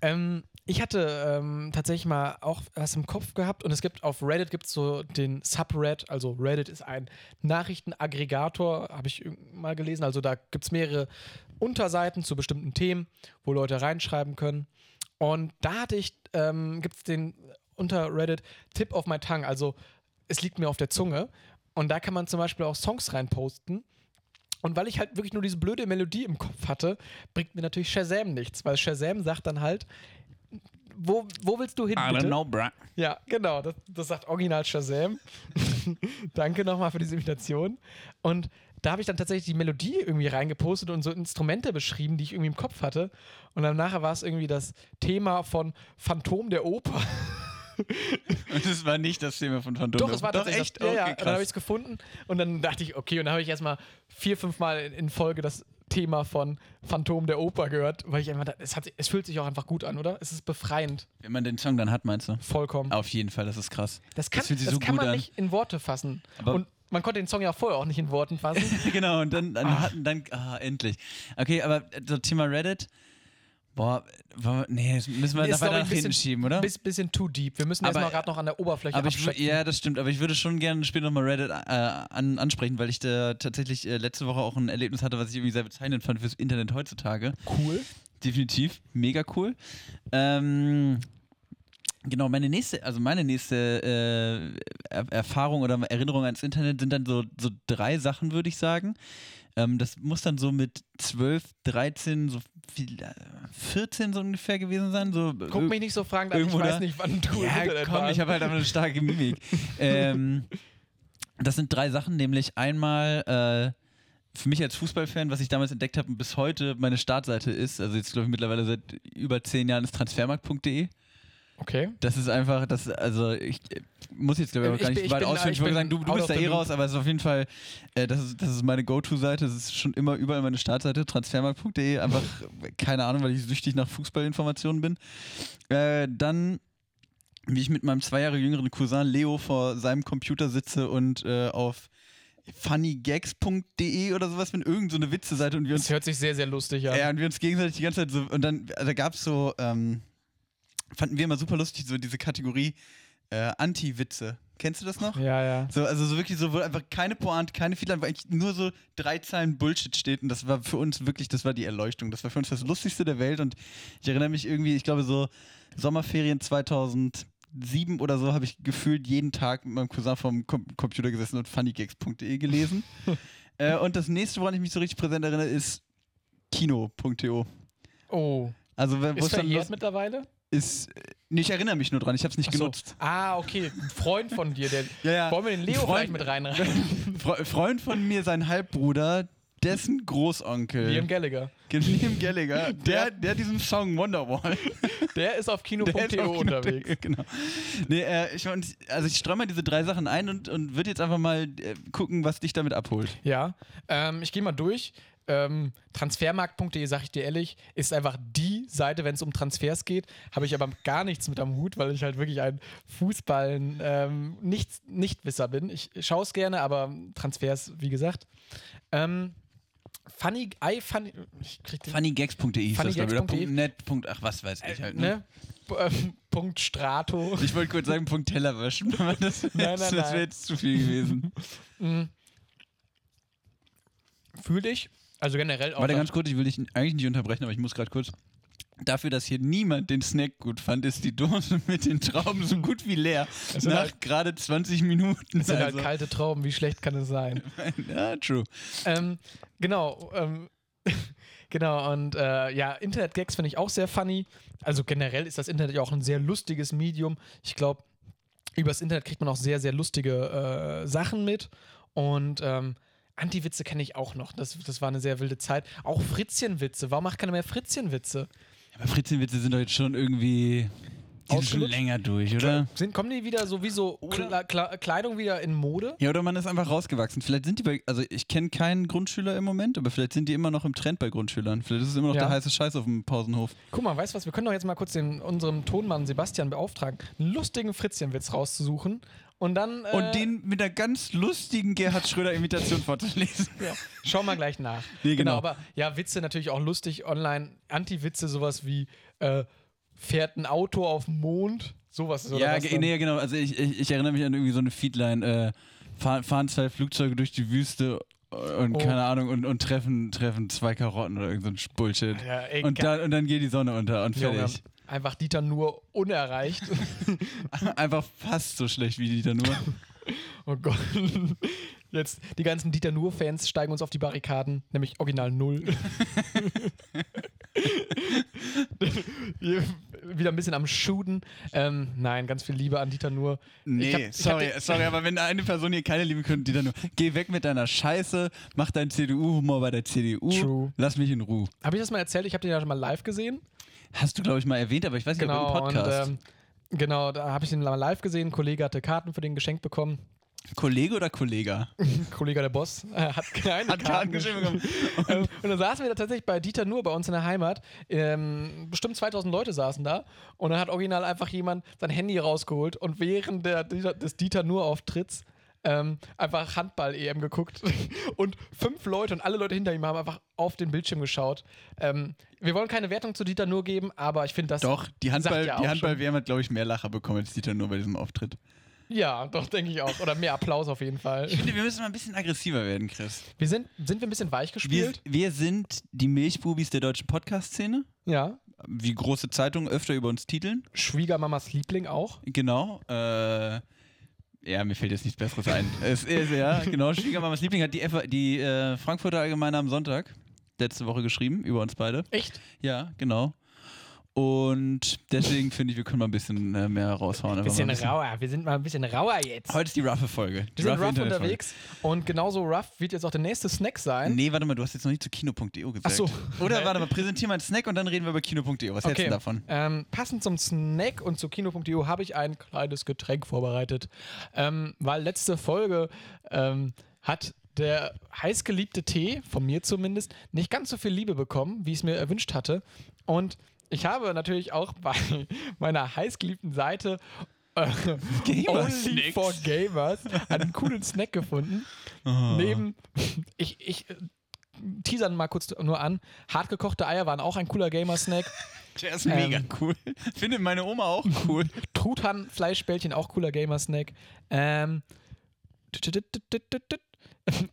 ähm, ich hatte ähm, tatsächlich mal auch was im Kopf gehabt und es gibt auf Reddit gibt so den Subred, also Reddit ist ein Nachrichtenaggregator, habe ich irgend- mal gelesen. Also da gibt es mehrere Unterseiten zu bestimmten Themen, wo Leute reinschreiben können. Und da hatte ich, ähm, gibt es den unter Reddit Tip of my tongue, also es liegt mir auf der Zunge. Und da kann man zum Beispiel auch Songs reinposten. Und weil ich halt wirklich nur diese blöde Melodie im Kopf hatte, bringt mir natürlich Shazam nichts, weil Shazam sagt dann halt, wo, wo willst du hin? I don't Bitte? know, bruh. Ja, genau, das, das sagt original Shazam. Danke nochmal für diese Imitation. Und da habe ich dann tatsächlich die Melodie irgendwie reingepostet und so Instrumente beschrieben, die ich irgendwie im Kopf hatte. Und dann nachher war es irgendwie das Thema von Phantom der Oper. Und das war nicht das Thema von Phantom. Doch, es war Doch tatsächlich echt. Das, ja, okay, ja. Und dann habe krass. ich es gefunden und dann dachte ich, okay, und dann habe ich erstmal vier, fünf Mal in, in Folge das Thema von Phantom der Oper gehört, weil ich einfach, da- es, hat, es fühlt sich auch einfach gut an, oder? Es ist befreiend, Wenn man den Song dann hat, meinst du? vollkommen. Auf jeden Fall, das ist krass. Das kann, das fühlt das sich so kann gut man an. nicht in Worte fassen. Aber- und man konnte den Song ja vorher auch nicht in Worten fassen. genau, und dann, dann hatten dann, ah, endlich. Okay, aber das Thema Reddit, boah, wollen wir- nee, das müssen wir Ist, nach glaub weiter nach ich, ein hinten bisschen- schieben, oder? Biss, bisschen too deep. Wir müssen Aber- erstmal gerade noch an der Oberfläche aber ich, wü- abschöpfen. ja, das stimmt, aber ich würde schon gerne später nochmal Reddit äh, an, ansprechen, weil ich da tatsächlich äh, letzte Woche auch ein Erlebnis hatte, was ich irgendwie sehr bezeichnend fand fürs Internet heutzutage. cool. Definitiv, mega cool. Ähm, genau, meine nächste, also meine nächste äh, er Erfahrung oder Erinnerung ans Internet sind dann so, so drei Sachen, würde ich sagen. Ähm, das muss dann so mit 12, 13, so viel, äh, 14 so ungefähr gewesen sein. So Guck mich nicht so fragend an, ich irgendwo weiß da- nicht, wann du im ja, Internet komm, warst. ich habe halt einfach eine starke Mimik. ähm, das sind drei Sachen, nämlich einmal äh, für mich als Fußballfan, was ich damals entdeckt habe und bis heute meine Startseite ist, also jetzt glaube ich mittlerweile seit über zehn Jahren ist transfermarkt.de. Okay. Das ist einfach, das, also ich äh, muss jetzt glaube ich Ähm, auch gar Mhm. ich bin- nicht ich weit bin- ausführen. ich Ich wollte sagen, bin du, du out bist of da the eh loop. raus, aber es ist auf jeden Fall, äh, das, ist, das ist meine Go-To-Seite, das ist schon immer überall meine Startseite, transfermarkt.de, einfach äh, keine Ahnung, weil ich süchtig nach Fußballinformationen bin. Äh, dann wie ich mit meinem zwei Jahre jüngeren Cousin Leo vor seinem Computer sitze und äh, auf funnygags.de oder sowas bin, irgend so eine Witze-Seite und wir uns Das hört sich sehr, sehr lustig an. ja, und wir uns gegenseitig die ganze Zeit so. Und dann, also da gab es so, ähm, fanden wir immer super lustig, so diese Kategorie äh, Anti-Witze. Kennst du das noch? ja. ja. So, also so wirklich so, wo einfach keine Pointe, keine Fehler, weil eigentlich nur so drei Zeilen Bullshit steht. Und das war für uns wirklich, das war die Erleuchtung. Das war für uns das Lustigste der Welt. Und ich erinnere mich irgendwie, ich glaube so Sommerferien 2007 oder so habe ich gefühlt jeden Tag mit meinem Cousin vorm Com Computer gesessen und funnygags.de gelesen. äh, und das nächste, woran ich mich so richtig präsent erinnere, ist kino.to. Oh. Also wenn- wo Ist es dann los verjährt mittlerweile? ist, äh, nee, ich erinnere mich nur dran, ich habe es nicht Ach so. genutzt. Ah, okay. Ein Freund von dir, der. Ja, ja. Wollen wir den Leo Freund- vielleicht mit reinreißen? Fre Freund von mir, sein Halbbruder, dessen Großonkel, Liam Gallagher. Liam Gallagher, der, der diesen Song Wonderwall, Der ist auf der ist Kino.de auf Kino- unterwegs. Genau. Nee, äh, ich, und, also ich streue mal diese drei Sachen ein und, und würde jetzt einfach mal äh, gucken, was dich damit abholt. Ja, ähm, ich gehe mal durch. Ähm, Transfermarkt.de, sage ich dir ehrlich, ist einfach die Seite, wenn es um Transfers geht. Habe ich aber gar nichts mit am Hut, weil ich halt wirklich ein Fußball ähm, nichts Nichtwisser bin. Ich schaue es gerne, aber Transfers, wie gesagt. Ähm, funny, I funny, ich krieg den, Funnygags.de hieß das, glaube ich, oder funnygags.de. .net, Punkt, ach, was weiß ich halt, ne? ne? B- ähm, Punkt Strato. Ich wollte kurz sagen, Punkt Tellerwäschen, aber das wäre Nein, nein, jetzt, das nein. wär jetzt zu viel gewesen. Fühl dich. Also generell auch. Warte ganz kurz, ich will dich eigentlich nicht unterbrechen, aber ich muss gerade kurz. Dafür, dass hier niemand den Snack gut fand, ist die Dose mit den Trauben so gut wie leer. Es sind Nach halt- gerade 20 Minuten. das sind halt also- kalte Trauben, wie schlecht kann es sein? ja, true. ähm, genau, ähm, genau, und äh, ja, Internet-Gags finde ich auch sehr funny. Also generell ist das Internet ja auch ein sehr lustiges Medium. Ich glaube, übers Internet kriegt man auch sehr, sehr lustige äh, Sachen mit. Und ähm, Anti-Witze kenne ich auch noch. Das, das war eine sehr wilde Zeit. Auch Fritzchenwitze. Warum macht keiner mehr Fritzchenwitze? Aber Fritzenwitze sind doch jetzt schon irgendwie. Die sind schon Ausgelutscht? länger durch, oder? Sind, kommen die wieder so wie so Kla Kla Kleidung wieder in Mode? Ja, oder man ist einfach rausgewachsen. Vielleicht sind die bei. Also, ich kenne keinen Grundschüler im Moment, aber vielleicht sind die immer noch im Trend bei Grundschülern. Vielleicht ist es immer noch Ja. der heiße Scheiß auf dem Pausenhof. Guck mal, weißt du was? Wir können doch jetzt mal kurz den, unserem Tonmann Sebastian beauftragen, einen lustigen Fritzchenwitz rauszusuchen und dann. äh, Und den mit einer ganz lustigen Gerhard Schröder-Imitation vorzulesen. Ja. Schauen wir gleich nach. Nee, genau. aber ja, Witze natürlich auch lustig online. Anti-Witze, sowas wie äh, fährt ein Auto auf den Mond, sowas. Ist, oder Ja, was ge- dann? nee, genau. Also ich, ich, ich erinnere mich an irgendwie so eine Feedline. Äh, fahr, fahren zwei Flugzeuge durch die Wüste äh, und Oh. keine Ahnung und, und treffen, treffen zwei Karotten oder irgend so ein Bullshit. Ja, ey, und, geil. dann, und dann geht die Sonne unter und Junge, fertig. Einfach Dieter nur unerreicht. Einfach fast so schlecht wie die da nur. Oh Gott. Jetzt, die ganzen Dieter Nur-Fans steigen uns auf die Barrikaden, nämlich original null. Hier Wieder ein bisschen am Shooten. Ähm, nein, ganz viel Liebe an Dieter Nur. Nee, Ich hab- ich hab sorry, den- sorry, aber wenn eine Person hier keine Liebe könnte, die dann nur, geh weg mit deiner Scheiße, mach deinen CDU-Humor bei der CDU, True. lass mich in Ruhe. Habe ich das mal erzählt? Ich habe den ja schon mal live gesehen. Hast du, glaube ich, mal erwähnt, aber ich weiß nicht, ob im Genau. Und, Podcast. ähm, genau, da habe ich den mal live gesehen. Ein Kollege hatte Karten für den geschenkt bekommen. ähm, Kollege oder Kollega? Ein Kollege, der Boss, äh, hat keine Hat Karten geschenkt bekommen. Ähm, und dann saßen wir da tatsächlich bei Dieter Nur bei uns in der Heimat. Ähm, bestimmt 2000 Leute saßen da. Und dann hat original einfach jemand sein Handy rausgeholt und während der, dieser- des Dieter Nur-Auftritts ähm, einfach Handball-EM geguckt. Und fünf Leute und alle Leute hinter ihm haben einfach auf den Bildschirm geschaut. Ähm, wir wollen keine Wertung zu Dieter Nur geben, aber ich finde das. Doch, die sagt Handball, ja auch die schon. Handball-WM hat, glaube ich, mehr Lacher bekommen als Dieter nur bei diesem Auftritt. Ja, doch, denke ich auch. Oder mehr Applaus auf jeden Fall. Ich finde, wir müssen mal ein bisschen aggressiver werden, Chris. Wir sind, sind wir ein bisschen weich Wir, gespielt? wir sind die Milchbubis der deutschen Podcast-Szene, Ja. wie große Zeitungen öfter über uns titeln. Schwiegermamas Liebling auch. Genau. Äh, ja, mir fällt jetzt nichts Besseres ein. es ist, ja, genau. Schwiegermamas Liebling hat die, F die äh, Frankfurter Allgemeine am Sonntag letzte Woche geschrieben, über uns beide. Echt? Ja, genau. Und deswegen finde ich, wir können mal ein bisschen äh, mehr raushauen. einfach mal Bisschen ein bisschen. rauer. Wir sind mal ein bisschen rauer jetzt. Heute ist die roughe Folge. Die wir sind roughe rough Internetfolge. unterwegs und genauso rough wird jetzt auch der nächste Snack sein. Nee, warte mal, du hast jetzt noch nicht zu kino.de gesagt. Ach so. Oder warte mal, präsentier mal einen Snack und dann reden wir über kino.de. Was hältst du denn davon? Ähm, passend zum Snack und zu Kino.eu habe ich ein kleines Getränk vorbereitet, ähm, weil letzte Folge ähm, hat der heißgeliebte Tee, von mir zumindest, nicht ganz so viel Liebe bekommen, wie ich es mir erwünscht hatte. Und ich habe natürlich auch bei meiner heißgeliebten Seite äh, Gamer-Snacks. Only for Gamers einen coolen Snack gefunden. Oh. Neben, ich, ich äh, teasern mal kurz nur an, hartgekochte Eier waren auch ein cooler Gamer-Snack. Der ist ähm, mega cool. Findet meine Oma auch cool. Truthahn, Fleischbällchen, auch cooler Gamer-Snack. Ähm, tüt, tüt, tüt, tüt, tüt, tüt.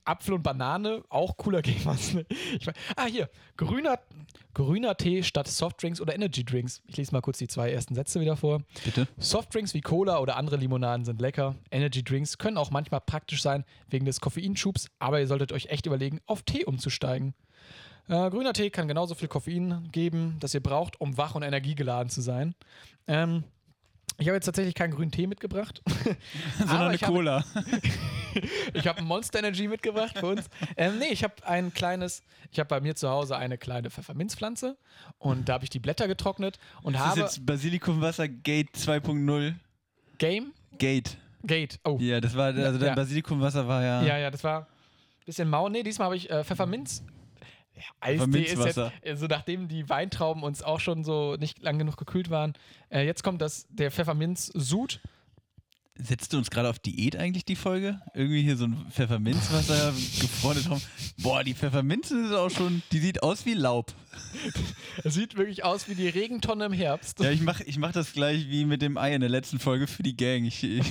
Apfel und Banane, auch cooler Gamer-Snack. Ich mein, ah, hier, grüner, grüner Tee statt Softdrinks oder Energydrinks. Ich lese mal kurz die zwei ersten Sätze wieder vor. Bitte? Softdrinks wie Cola oder andere Limonaden sind lecker. Energydrinks können auch manchmal praktisch sein wegen des Koffeinschubs, aber ihr solltet euch echt überlegen, auf Tee umzusteigen. Äh, grüner Tee kann genauso viel Koffein geben, das ihr braucht, um wach und energiegeladen zu sein. Ähm, ich habe jetzt tatsächlich keinen grünen Tee mitgebracht, Sondern eine ich habe- Cola. Ich habe Monster Energy mitgebracht für uns. Ähm, nee, ich habe ein kleines, ich habe bei mir zu Hause eine kleine Pfefferminzpflanze und da habe ich die Blätter getrocknet und Das ist habe jetzt Basilikumwasser Gate 2.0. Game Gate. Gate. Oh, Ja, das war, also dein Ja. Basilikumwasser war ja. Ja, ja, das war ein bisschen mau. Nee, diesmal habe ich äh, Pfefferminz. Ja, Eistee ist jetzt, Pfefferminzwasser. also nachdem die Weintrauben uns auch schon so nicht lang genug gekühlt waren, äh, jetzt kommt das, der Pfefferminz-Sud. Setzt du uns gerade auf Diät eigentlich die Folge? Irgendwie hier so ein Pfefferminzwasser gefroren. drauf. Boah, die Pfefferminze ist auch schon, die sieht aus wie Laub. Das sieht wirklich aus wie die Regentonne im Herbst. Ja, ich mach, ich mach das gleich wie mit dem Ei in der letzten Folge für die Gang. Ich, ich,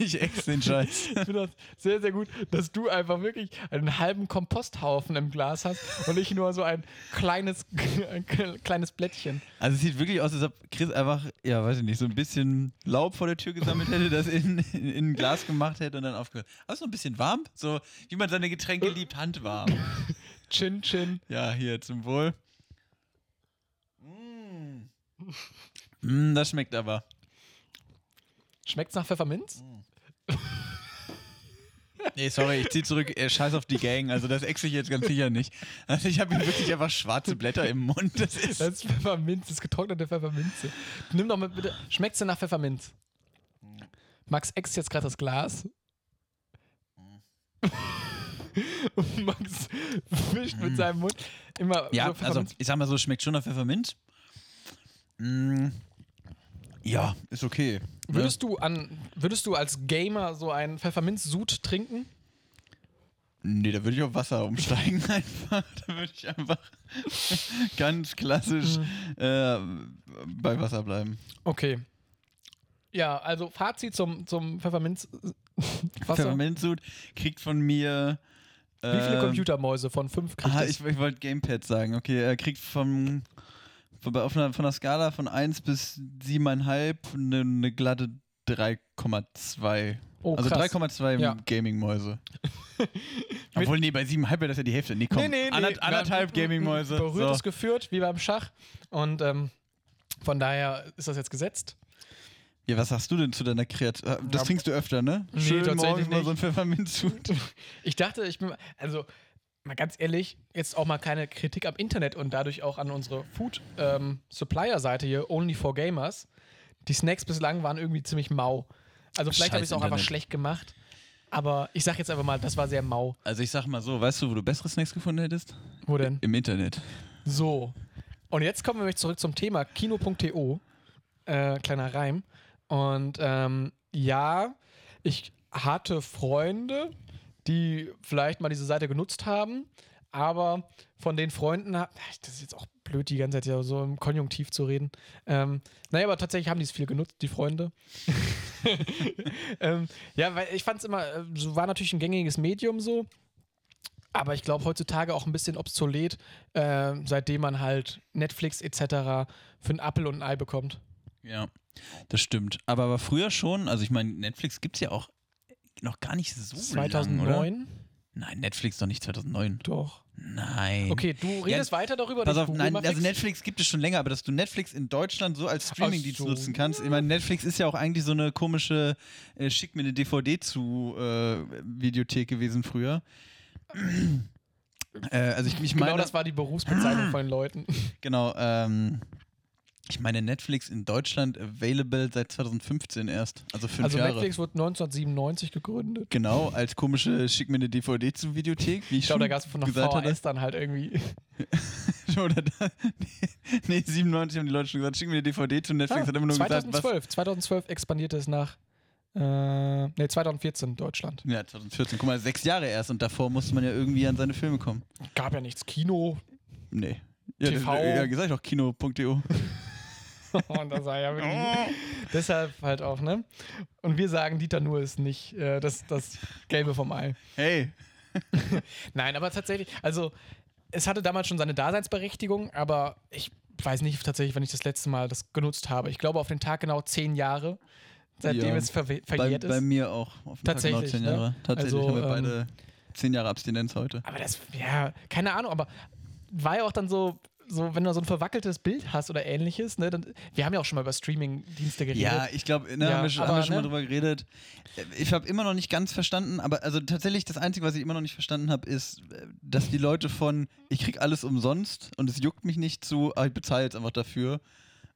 ich ex den Scheiß. Ich finde das sehr, sehr gut, dass du einfach wirklich einen halben Komposthaufen im Glas hast und ich nur so ein kleines, ein kleines Blättchen. Also es sieht wirklich aus, als ob Chris einfach, ja, weiß ich nicht, so ein bisschen Laub vor der Tür gesammelt hätte, das in, in, in ein Glas gemacht hätte und dann aufgehört. Aber so ein bisschen warm, so wie man seine Getränke liebt, handwarm. Chin, chin. Ja, hier zum Wohl. Mm. Mm, das schmeckt aber. Schmeckt's nach Pfefferminz? Nee, sorry, ich zieh zurück. Äh, scheiß auf die Gang. Also das ex ich jetzt ganz sicher nicht. Also ich habe hier wirklich einfach schwarze Blätter im Mund. Das ist Das ist Pfefferminz, das ist getrocknete Pfefferminze. Nimm doch mal bitte. Schmeckt's denn nach Pfefferminz? Max Ex jetzt gerade das Glas. Und Max wischt mit seinem Mund immer Mhm. Ja, so also Pfefferminz. ich sag mal so, schmeckt schon nach Pfefferminz. Mm, ja, ist okay. ne? Würdest du, an, würdest du als Gamer so einen Pfefferminz-Sud trinken? Nee, da würde ich auf Wasser umsteigen einfach. Da würde ich einfach ganz Hm. klassisch äh, bei Wasser bleiben. Okay. Ja, also Fazit zum, zum Pfefferminz-Wasser. Pfefferminzsud kriegt von mir. Wie viele ähm, Computermäuse von fünf kriegt Ah, es? ich, ich wollte Gamepad sagen. Okay, er kriegt vom, von, bei- auf einer, von einer Skala von 1 bis 7,5 eine, eine glatte 3,2. Oh, also krass. 3,2 Ja. Gaming-Mäuse. Obwohl, nee, bei 7,5 wäre das ja die Hälfte. Nee, komm. Nee, nee, nee. Ander, anderthalb Wir haben Gaming-Mäuse. Berührtes So. geführt, wie beim Schach. Und ähm, von daher ist das jetzt gesetzt. Ja, was sagst du denn zu deiner Kreatur? Das Ja. trinkst du öfter, ne? Nee, Schön morgens tatsächlich mal nicht. so ein Pfefferminzhut. Ich dachte, ich bin. Also, mal ganz ehrlich, jetzt auch mal keine Kritik am Internet und dadurch auch an unsere Food-Supplier-Seite hier, Only for Gamers. Die Snacks bislang waren irgendwie ziemlich mau. Also, Scheiß vielleicht habe ich es auch einfach Internet. schlecht gemacht. Aber ich sag jetzt einfach mal, das war sehr mau. Also ich sag mal so, weißt du, wo du bessere Snacks gefunden hättest? Wo denn? Im Internet. So. Und jetzt kommen wir nämlich zurück zum Thema Kino.to. Äh, kleiner Reim. Und ähm, ja, ich hatte Freunde, die vielleicht mal diese Seite genutzt haben, aber von den Freunden, ha- das ist jetzt auch blöd, die ganze Zeit ja so im Konjunktiv zu reden. Ähm, naja, aber tatsächlich haben die es viel genutzt, die Freunde. ähm, ja, weil ich fand es immer, äh, so war natürlich ein gängiges Medium so, aber ich glaube heutzutage auch ein bisschen obsolet, äh, seitdem man halt Netflix etc. für einen Appel und ein Ei bekommt. Ja, das stimmt. Aber war früher schon, also ich meine, Netflix gibt's ja auch noch gar nicht so lange, Uh, oder? 2009? Nein, Netflix doch nicht 2009. Doch. Nein. Okay, du redest weiter darüber. Pass dass auf, Google nein, mal also fix- Netflix gibt es schon länger, aber dass du Netflix in Deutschland so als Streamingdienst Ach so. nutzen kannst. Ich meine, Netflix ist ja auch eigentlich so eine komische, äh, schick mir eine DVD zu äh, Videothek gewesen früher. äh, also ich, ich meine, Genau, das war die Ah. Berufsbezeichnung von den Leuten. genau ähm, ich meine Netflix in Deutschland available seit 2015 erst, also fünf also Jahre. Netflix wurde 1997 gegründet. Genau, als komische schick mir eine DVD zu Videothek, wie ich, Ich glaube, da schon gab es von der gesagt hatte. VHS dann halt irgendwie. Oder da, nee, 97 haben die Leute schon gesagt, schick mir eine DVD zu Netflix, Ah, hat immer nur gesagt, was 2012, 2012 expandierte es nach. Äh, nee, 2014 Deutschland. Ja, 2014. Guck mal, sechs Jahre erst und davor musste man ja irgendwie an seine Filme kommen. Gab ja nichts. Kino. Nee. Ja, TV. das- Ja, gesagt auch E kino.de. Und das war ja Oh. wirklich. Deshalb halt auch, ne? Und wir sagen, Dieter Nuhr ist nicht äh, das, das Gelbe vom Ei. Hey. Nein, aber tatsächlich, also es hatte damals schon seine Daseinsberechtigung, aber ich weiß nicht tatsächlich, wann ich das letzte Mal das genutzt habe. Ich glaube auf den Tag genau zehn Jahre, seitdem Ja. es verwe- Bei, verjährt bei ist. mir auch. Auf den Tag genau Tatsächlich, zehn ne? Jahre. Tatsächlich Also, haben wir ähm, beide zehn Jahre Abstinenz heute. aber das, ja, keine Ahnung, aber war ja auch dann so, so, wenn du so ein verwackeltes Bild hast oder ähnliches, ne, dann, wir haben ja auch schon mal über Streaming-Dienste geredet. Ja, ich glaube, ne, Ja, haben wir schon, aber, haben wir schon ne? mal drüber geredet. Äh, Ich habe immer noch nicht ganz verstanden, aber also tatsächlich das Einzige, was ich immer noch nicht verstanden habe, ist, äh, dass die Leute von ich krieg alles umsonst und es juckt mich nicht zu, ah, ich bezahle jetzt einfach dafür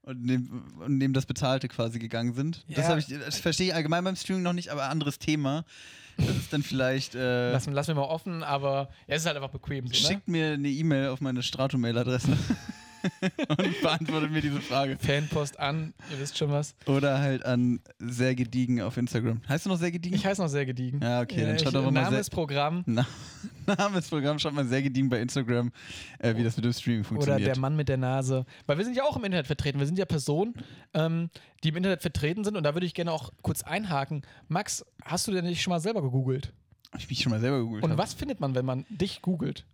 und nehm, und nehm das Bezahlte quasi gegangen sind. Das, Ja. hab ich- das verstehe ich allgemein beim Streaming noch nicht, aber anderes Thema. Das ist dann vielleicht. Äh, Lassen, lassen wir mal offen, aber ja, es ist halt einfach bequem. So, ne? Schickt mir eine E-Mail auf meine Strato-Mail-Adresse und beantwortet mir diese Frage. Fanpost an, ihr wisst schon was. Oder halt an sehr gediegen auf Instagram. Heißt du noch sehr gediegen? Ich heiße noch sehr gediegen. Ja, okay, dann Äh, schaut ich- doch mal Name sehr- ist Programm Na, Namensprogramm schaut mal sehr gediegen bei Instagram, äh, wie das mit dem Streaming Oder funktioniert. der Mann mit der Nase. Weil wir sind ja auch im Internet vertreten. Wir sind ja Personen, ähm, die im Internet vertreten sind. Und da würde ich gerne auch kurz einhaken. Max, hast du denn nicht schon mal selber gegoogelt? ich mich schon mal selber gegoogelt. Und hab. was findet man, wenn man dich googelt?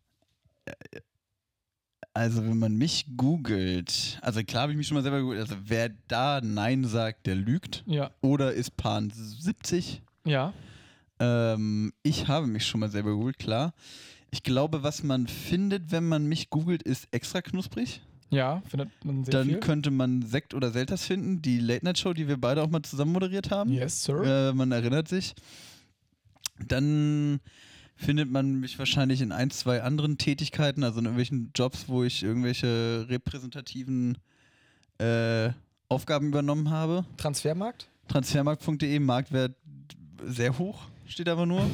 Also, wenn man mich googelt, also klar habe ich mich schon mal selber gegoogelt. Also, wer da Nein sagt, der lügt. Ja. Oder ist Pan 70. Ja. Ähm, ich habe mich schon mal selber gegoogelt, klar. Ich glaube, was man findet, wenn man mich googelt, ist extra knusprig. Ja, findet man sehr Dann viel. könnte man Sekt oder Selters finden, die Late-Night-Show, die wir beide auch mal zusammen moderiert haben. Yes, sir. Äh, man erinnert sich. Dann findet man mich wahrscheinlich in ein, zwei anderen Tätigkeiten, also in irgendwelchen Jobs, wo ich irgendwelche repräsentativen äh, Aufgaben übernommen habe. Transfermarkt? Transfermarkt.de, Marktwert sehr hoch, steht aber nur.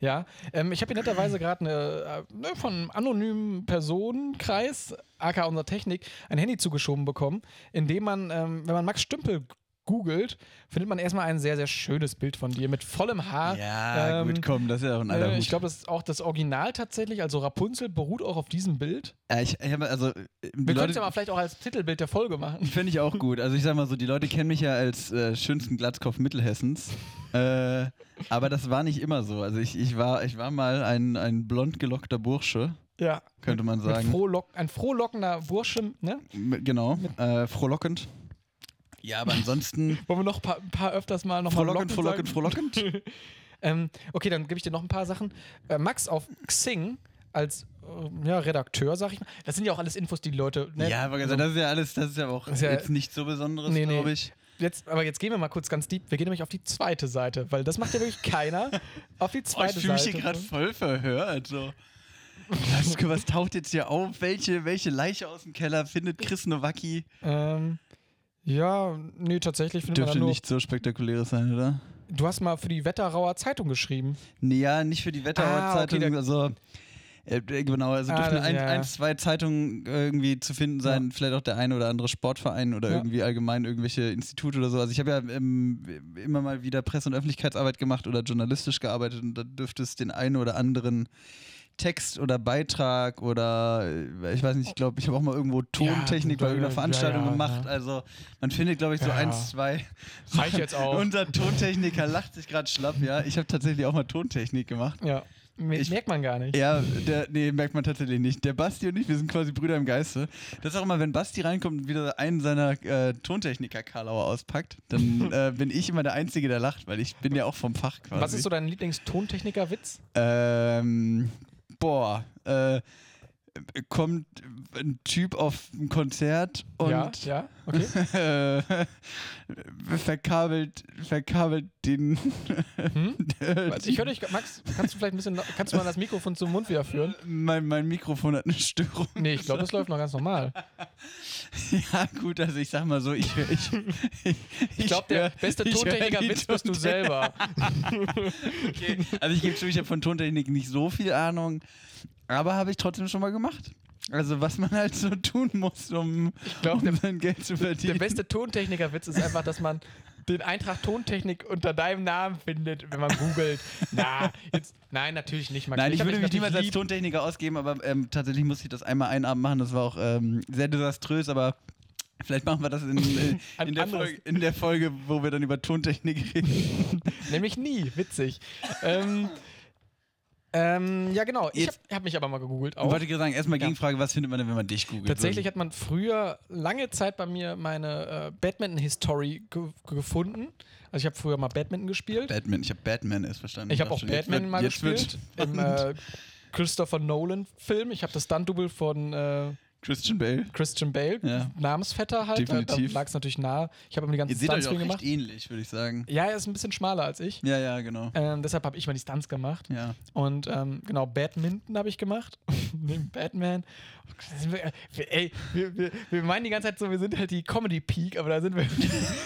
Ja. Ähm, ich habe hier netterweise gerade eine äh, ne, von einem anonymen Personenkreis, aka unserer Technik, ein Handy zugeschoben bekommen, in dem man, ähm, wenn man Max Stümpel googelt, findet man erstmal ein sehr, sehr schönes Bild von dir mit vollem Haar. ja, ähm, gut, komm, das ist ja auch ein alter Äh, Hut. ich glaube, das ist auch das Original tatsächlich. Also Rapunzel beruht auch auf diesem Bild. äh, ich, ich hab, also, äh, die Wir können Leute- es ja mal vielleicht auch als Titelbild der Folge machen. Finde ich auch gut. Also ich sag mal so, die Leute kennen mich ja als äh, schönsten Glatzkopf Mittelhessens. Äh, aber das war nicht immer so. Also ich, ich, war, ich war mal ein, ein blond gelockter Bursche, Ja. könnte man sagen. Mit frohlock ein frohlockender Bursche, ne? M- genau, äh, frohlockend. Ja, aber ansonsten Wollen wir noch ein paar, ein paar öfters mal noch frohlockend, mal lockend frohlockend, sagen? frohlockend. Ähm, okay, dann gebe ich dir noch ein paar Sachen. Äh, Max auf Xing als äh, ja, Redakteur, sag ich mal. Das sind ja auch alles Infos, die die Leute. Ne? Ja, aber also das ist ja alles, das ist ja auch Ist ja- jetzt nichts so Besonderes, Nee, nee. glaube ich. Jetzt, aber jetzt gehen wir mal kurz ganz deep. Wir gehen nämlich auf die zweite Seite, weil das macht ja wirklich keiner. Auf die Oh, ich zweite fühle mich Seite. ne? hier gerade voll verhört. also. So. Was, was taucht jetzt hier auf? Welche, welche Leiche aus dem Keller findet Chris Nowacki? ähm, ja, nee, tatsächlich findet man da Dürfte nur. nicht so spektakuläres sein, oder? Du hast mal für die Wetterauer Zeitung geschrieben. Nee, ja, nicht für die Wetterauer Ah, okay, Zeitung. da- also, äh, äh, genau, also Ah, dürften das- ein, ja, ja. ein, zwei Zeitungen äh, irgendwie zu finden sein. Vielleicht auch der eine oder andere Sportverein oder Ja. irgendwie allgemein irgendwelche Institute oder so. Also, ich habe ja ähm, immer mal wieder Presse- und Öffentlichkeitsarbeit gemacht oder journalistisch gearbeitet und da dürfte es den einen oder anderen. Text oder Beitrag oder äh, ich weiß nicht, ich glaube, ich habe auch mal irgendwo Tontechnik da- bei irgendeiner ja, Veranstaltung ja, gemacht. ja. Also man findet, glaube ich, so Ja. Oh. eins, zwei Reicht jetzt auch. unser Tontechniker lacht sich gerade schlapp, ja. Ich habe tatsächlich auch mal Tontechnik gemacht. Ja. Me- Ich- merkt man gar nicht. Ja, der, nee, merkt man tatsächlich nicht. Der Basti und ich, wir sind quasi Brüder im Geiste. Das ist auch immer, wenn Basti reinkommt und wieder einen seiner äh, Tontechniker Karlauer auspackt, dann äh, bin ich immer der Einzige, der lacht, weil ich bin ja auch vom Fach quasi. Was ist so dein Lieblingstontechniker-Witz? Ähm, boah, äh, kommt ein Typ auf ein Konzert und ja, ja, okay. äh, verkabelt, verkabelt den. Also ich höre dich, Max, kannst du vielleicht ein bisschen, kannst du mal das Mikrofon zum Mund wieder führen? Mein, mein Mikrofon hat eine Störung. Nee, ich glaube, das läuft noch ganz normal. Ja, gut, also ich sag mal so, ich höre. Ich, ich, Ich glaube, der beste Tontechniker-Witz bist du selber. Okay. Also ich gebe zu, ich habe von Tontechnik nicht so viel Ahnung, aber habe ich trotzdem schon mal gemacht. Also was man halt so tun muss, um, glaub, um sein Geld zu Der verdienen. beste Tontechniker-Witz ist einfach, dass man den Eintrag Tontechnik unter deinem Namen findet, wenn man googelt. Na, jetzt, nein, natürlich nicht, Max. Nein, ich, hab würde dich mich niemals natürlich als Tontechniker ausgeben, aber ähm, tatsächlich musste ich das einmal einen Abend machen. Das war auch ähm, sehr desaströs, aber vielleicht machen wir das in, äh, Ein in, der, anderes- Folge, in der Folge, wo wir dann über Tontechnik reden. lieb. Nämlich nie, witzig. ähm, ähm, ja, genau. Ich habe Jetzt- hab mich aber mal gegoogelt Ich auch. wollte gerade sagen, erstmal Gegenfrage, was findet man denn, wenn man dich googelt? Tatsächlich hat man früher lange Zeit bei mir meine äh, Badminton-History ge gefunden. Also ich habe früher mal Badminton gespielt. Batman, ich habe Batman erst verstanden. Ich habe auch dachte schon, jetzt Batman wird- mal Hm, jetzt wird's gespielt. Im spannend. äh, Christopher Nolan-Film. Ich habe das Stunt-Double von äh, Christian Bale. Christian Bale, Ja. Namensvetter halt. Definitiv. Da lag es natürlich nahe. Ich habe immer die ganzen Ihr seht Stunts euch für ihn auch e- gemacht. recht ähnlich, würde ich sagen. Ja, er ist ein bisschen schmaler als ich. Ja, ja, genau. Ähm, deshalb habe ich mal die Stunts gemacht. Ja. Und ähm, genau, Badminton habe ich gemacht. Neben Batman. Das sind wir, wir, ey, wir, wir, wir meinen die ganze Zeit so, wir sind halt die Comedy Peak, aber da sind wir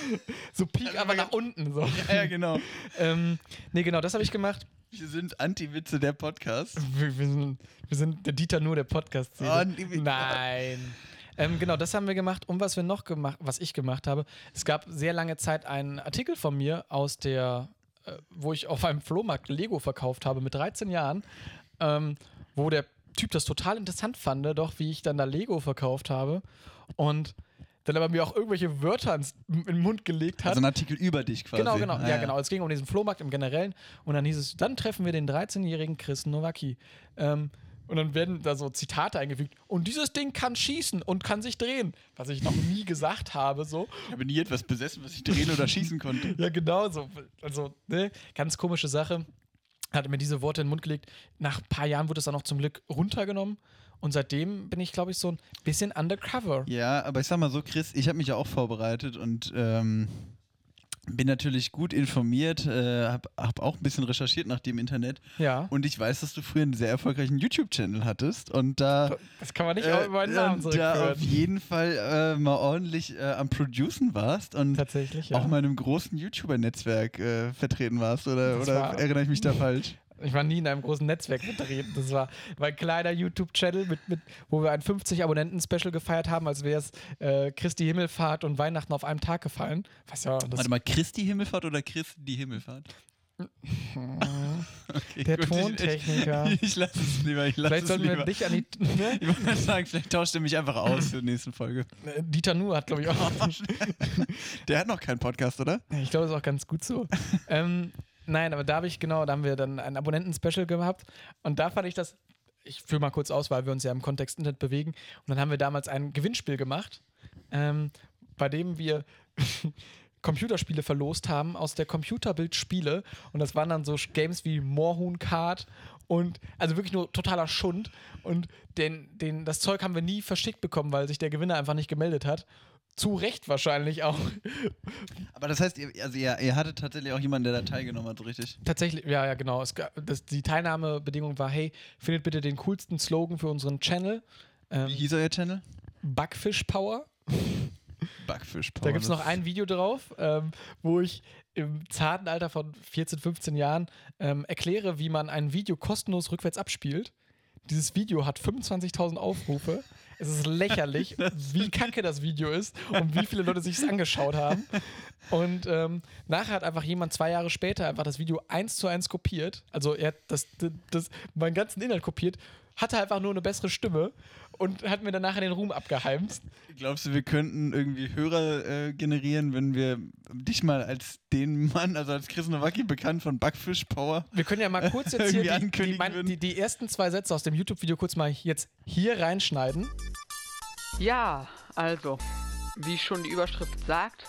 so Peak, aber nach unten. So. Also Ja, ja, genau. Ähm, nee, genau, das habe ich gemacht. Wir sind Anti-Witze der Podcast. Wir, wir, sind, wir sind der Dieter nur der podcast Oh, nee, wir- Nein. Ähm, genau, das haben wir gemacht. Und was wir noch gemacht, was ich gemacht habe, es gab sehr lange Zeit einen Artikel von mir aus der, äh, wo ich auf einem Flohmarkt Lego verkauft habe mit 13 Jahren, ähm, wo der Typ das total interessant fand, ne, doch wie ich dann da Lego verkauft habe und dann aber mir auch irgendwelche Wörter ins, in den Mund gelegt hat. Also ein Artikel über dich quasi. Genau, genau. Ah, Ja, genau. Es ging um diesen Flohmarkt im Generellen. Und dann hieß es, dann treffen wir den 13-jährigen Chris Nowacki. Ähm, und dann werden da so Zitate eingefügt. Und dieses Ding kann schießen und kann sich drehen. Was ich noch nie gesagt habe, so. Ich habe nie etwas besessen, was ich drehen oder schießen konnte. Ja, genau so. Also, ne? Ganz komische Sache. Hat mir diese Worte in den Mund gelegt. Nach ein paar Jahren wurde es dann auch zum Glück runtergenommen. Und seitdem bin ich, glaube ich, so ein bisschen undercover. Ja, aber ich sag mal so, Chris, ich habe mich ja auch vorbereitet und ähm, bin natürlich gut informiert, äh, habe hab auch ein bisschen recherchiert nach dem Internet. Ja. Und ich weiß, dass du früher einen sehr erfolgreichen YouTube-Channel hattest und da. das kann man nicht äh, auf meinen Namen und da auf zurückführen. jeden Fall äh, mal ordentlich äh, am Producen warst und Tatsächlich, ja. auch mal in einem großen YouTuber-Netzwerk äh, vertreten warst, oder, Das oder war- erinnere ich mich da falsch? Ich war nie in einem großen Netzwerk vertreten. Das war, war ein kleiner YouTube-Channel, mit, mit, wo wir ein 50-Abonnenten-Special gefeiert haben, als wäre es äh, Christi Himmelfahrt und Weihnachten auf einem Tag gefallen. Was ja, das Warte mal, Chris die Himmelfahrt oder Chris die Himmelfahrt? Okay, der gut, ich- Tontechniker. Ich, ich lasse es lieber, ich lasse Vielleicht es sollten wir lieber. dich an die. Ne? Ich wollte gerade sagen, vielleicht tauscht er mich einfach aus für die nächste Folge. Äh, Dieter Nu hat, glaube ich, auch. Der hat noch keinen Podcast, oder? Ich glaube, das ist auch ganz gut so. ähm, nein, aber da habe ich genau, da haben wir dann ein Abonnenten-Special gehabt und da fand ich das, ich führe mal kurz aus, weil wir uns ja im Kontext Internet bewegen und dann haben wir damals ein Gewinnspiel gemacht, ähm, bei dem wir Computerspiele verlost haben aus der Computerbildspiele. Und das waren dann so Games wie Moorhuhn Card und also wirklich nur totaler Schund. Und den, den, das Zeug haben wir nie verschickt bekommen, weil sich der Gewinner einfach nicht gemeldet hat. Zu Recht wahrscheinlich auch. Aber das heißt, ihr, also ihr, ihr hattet tatsächlich auch jemanden, der da teilgenommen hat, so richtig? Tatsächlich, ja, ja, genau. Es, ga- das, die Teilnahmebedingung war: hey, findet bitte den coolsten Slogan für unseren Channel. Wie Ähm, hieß euer Channel? Bugfish Power. Backfish Power. Da gibt es noch ein Video drauf, ähm, wo ich im zarten Alter von 14, 15 Jahren ähm, erkläre, wie man ein Video kostenlos rückwärts abspielt. Dieses Video hat 25.000 Aufrufe. Es ist lächerlich, wie kacke das Video ist und wie viele Leute sich es angeschaut haben. Und ähm, nachher hat einfach jemand zwei Jahre später einfach das Video eins zu eins kopiert. Also er hat das, das, das, meinen ganzen Inhalt kopiert, hatte einfach nur eine bessere Stimme und hat mir dann nachher den Ruhm abgeheimst. Glaubst du, wir könnten irgendwie Hörer äh, generieren, wenn wir dich mal als den Mann, also als Chris Nowacki bekannt von Backfish Power? Wir können ja mal kurz jetzt Irgendwie hier die, die, ankündigen mein, würden. die, die ersten zwei Sätze aus dem YouTube-Video kurz mal jetzt hier reinschneiden. Ja, also, wie schon die Überschrift sagt,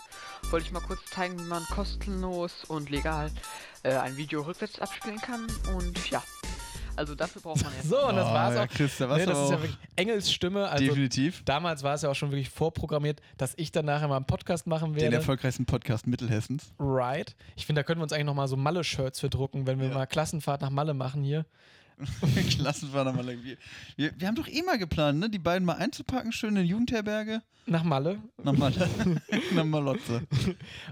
wollte ich mal kurz zeigen, wie man kostenlos und legal äh, ein Video rückwärts abspielen kann. Und ja, also dafür braucht man So, und das Oh, war's ja, auch. Chris, da warst nee, du das ist aber ja auch- wirklich Engels Stimme. Also Definitiv. damals war es ja auch schon wirklich vorprogrammiert, dass ich dann nachher mal einen Podcast machen Den werde. erfolgreichsten Podcast Mittelhessens. Right. Ich finde, da können wir uns eigentlich nochmal so Malle-Shirts für drucken, wenn wir Ja. mal Klassenfahrt nach Malle machen hier. Lassen wir nochmal irgendwie. Wir, wir haben doch eh mal geplant, ne? Die beiden mal einzupacken, schön in die Jugendherberge. Nach Malle. Nochmal, nochmal Lotze.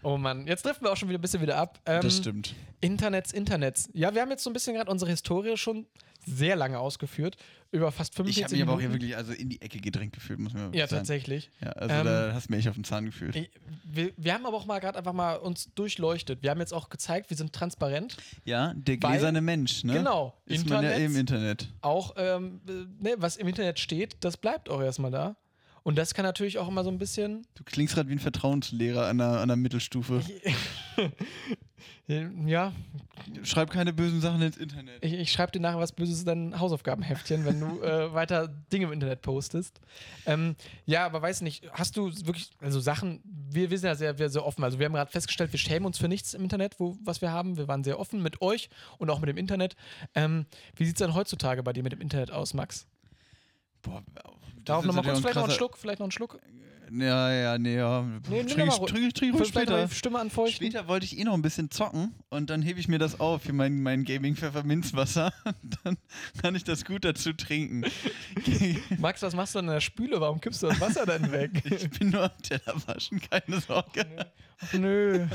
Oh Mann, jetzt driften wir auch schon wieder ein bisschen wieder ab. Ähm, das stimmt. Internets, Internets. Ja, wir haben jetzt so ein bisschen gerade unsere Historie schon sehr lange ausgeführt. Über fast 45 Ich habe mich aber auch hier Minuten. wirklich also in die Ecke gedrängt gefühlt, muss man wirklich Ja, sagen. tatsächlich. Ja, also Ähm, da hast du mir echt auf den Zahn gefühlt. Ich- Wir, wir haben aber auch mal gerade einfach mal uns durchleuchtet. Wir haben jetzt auch gezeigt, wir sind transparent. ja, der weil- gläserne Mensch, ne? Genau. Ist man ja Internets. im Internet. Auch ähm, äh, ne, was im Internet steht, das bleibt auch erstmal da. Und das kann natürlich auch immer so ein bisschen. Du klingst gerade wie ein Vertrauenslehrer an der, an der Mittelstufe. Ja, Schreib keine bösen Sachen ins Internet. ich, ich schreibe dir nachher was Böses in dein Hausaufgabenheftchen, wenn du äh, weiter Dinge im Internet postest. Ähm, ja, aber weiß nicht, hast du wirklich, also Sachen, wir, wir sind ja sehr, wir sehr offen. Also wir haben gerade festgestellt, wir schämen uns für nichts im Internet, wo, was wir haben. Wir waren sehr offen mit euch und auch mit dem Internet. Ähm, wie sieht es denn heutzutage bei dir mit dem Internet aus, Max? Boah, das Darauf ist nochmal natürlich kurz, auch ein vielleicht noch einen krasser- Schluck, vielleicht noch einen Schluck. Ja, ja, nee, ja. Nee, nimm Trink mal ich- ru- trink ich- trink ich ruhig Vielleicht noch mal später. die Stimme anfeuchten. Später wollte ich eh noch ein bisschen zocken und dann hebe ich mir das auf für mein, mein Gaming-Pfefferminzwasser. Dann kann ich das gut dazu trinken. Max, was machst du denn in der Spüle? Warum kippst du das Wasser denn weg? Ich bin nur am Teller waschen, keine Sorge. Nö.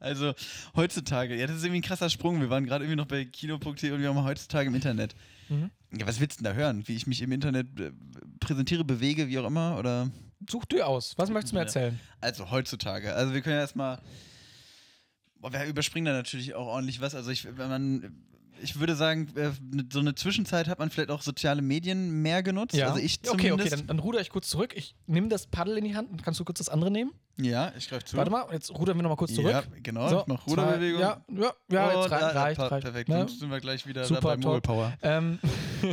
Also heutzutage, ja, das ist irgendwie ein krasser Sprung. Wir waren gerade irgendwie noch bei Kino.de und wir haben heutzutage im Internet. Mhm. Ja, was willst du denn da hören? Wie ich mich im Internet äh, präsentiere, bewege, wie auch immer? Oder? Such dir aus. Was möchtest du mir Ja. erzählen? Also heutzutage. Also wir können ja erstmal. Boah, wir überspringen da natürlich auch ordentlich was. Also ich, wenn man. Ich würde sagen, äh, so eine Zwischenzeit hat man vielleicht auch soziale Medien mehr genutzt. Also ich okay, okay, zumindest. dann, dann ruder ich kurz zurück. Ich nehme das Paddel in die Hand und kannst du kurz das andere nehmen? ja, ich greife zu. Warte mal, jetzt rudern wir nochmal kurz zurück. Ja, genau. ich mache zwei- Ruderbewegung. Ja, ja, ja Oh, jetzt da- reicht, reicht, per- reicht. Perfekt, Ne? dann sind wir gleich wieder Super dabei. toll. Mogul Power. Ähm,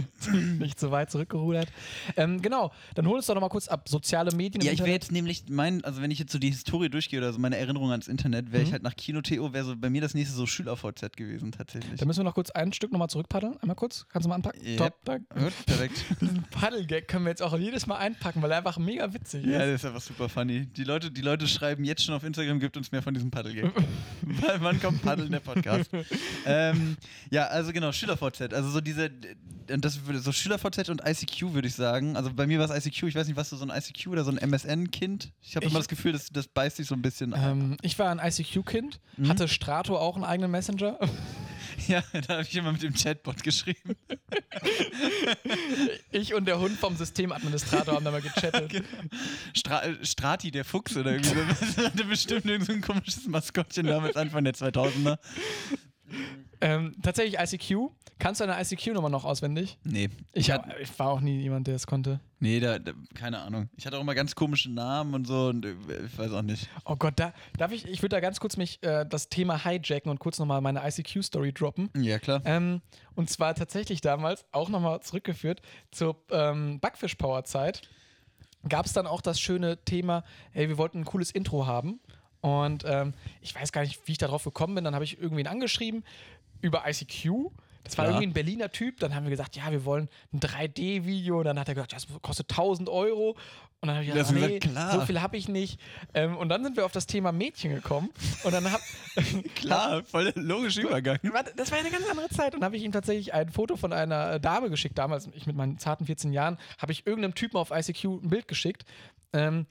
nicht so weit zurückgerudert. Ähm, genau, dann hol uns doch nochmal kurz ab. Soziale Medien. im Ja, ich wäre Internet. jetzt nämlich mein, also wenn ich jetzt so die Historie durchgehe oder so meine Erinnerung ans Internet, Mhm. wäre ich halt nach Kino.to, wäre so bei mir das nächste so Schüler-VZ gewesen tatsächlich. Dann müssen wir noch kurz ein Stück nochmal zurückpaddeln. Einmal kurz. Kannst du mal anpacken? Yep. Top, danke. Gut, perfekt. Diesen Paddelgag können wir jetzt auch jedes Mal einpacken, weil er einfach mega witzig ja, ist. das ist einfach super funny. Die Leute, die Leute schreiben jetzt schon auf Instagram, gibt uns mehr von diesem Paddelgame. Weil wann kommt Paddeln der Podcast? ähm, ja, also genau, Schüler-VZ. Also so diese, und das würde so Schüler-VZ und ICQ würde ich sagen. Also bei mir war es ICQ, ich weiß nicht, warst du so ein ICQ oder so ein MSN-Kind? Ich habe Ich- immer das Gefühl, das, das Mhm. beißt sich so ein bisschen Ähm, ich war ein ICQ-Kind, hatte Strato auch einen eigenen Messenger. Ja, da habe ich immer mit dem Chatbot geschrieben. Ich und der Hund vom Systemadministrator haben da mal gechattet. Stra äh, Strati, der Fuchs oder irgendwie so. Das hatte bestimmt irgend so ein komisches Maskottchen damals Anfang der 2000er. ähm, tatsächlich ICQ. Kannst du deine ICQ-Nummer noch auswendig? Nee, Ich, hab- ich war auch nie jemand, der es konnte. nee, da, da, keine Ahnung. Ich hatte auch immer ganz komische Namen und so und äh, ich weiß auch nicht. Oh Gott, da darf ich, ich würde da ganz kurz mich äh, das Thema hijacken und kurz nochmal meine ICQ-Story droppen. Ja, klar. Ähm, und zwar tatsächlich damals auch nochmal zurückgeführt zur ähm, Backfish-Power-Zeit. gab es dann auch das schöne Thema, hey, wir wollten ein cooles Intro haben. Und ähm, ich weiß gar nicht, wie ich darauf gekommen bin. Dann habe ich irgendwen angeschrieben über ICQ. Das war Ja. irgendwie ein Berliner Typ. Dann haben wir gesagt, ja, wir wollen ein 3D-Video. Und dann hat er gesagt, ja, das kostet 1000 Euro. Und dann habe ich Du hast gesagt, ah, nee, gesagt, klar. so viel habe ich nicht. Ähm, und dann sind wir auf das Thema Mädchen gekommen. Und dann hab, Klar, voll der logische Übergang. Warte, das war ja eine ganz andere Zeit. Und habe ich ihm tatsächlich ein Foto von einer äh, Dame geschickt. Damals, ich mit meinen zarten 14 Jahren, habe ich irgendeinem Typen auf ICQ ein Bild geschickt. Ähm,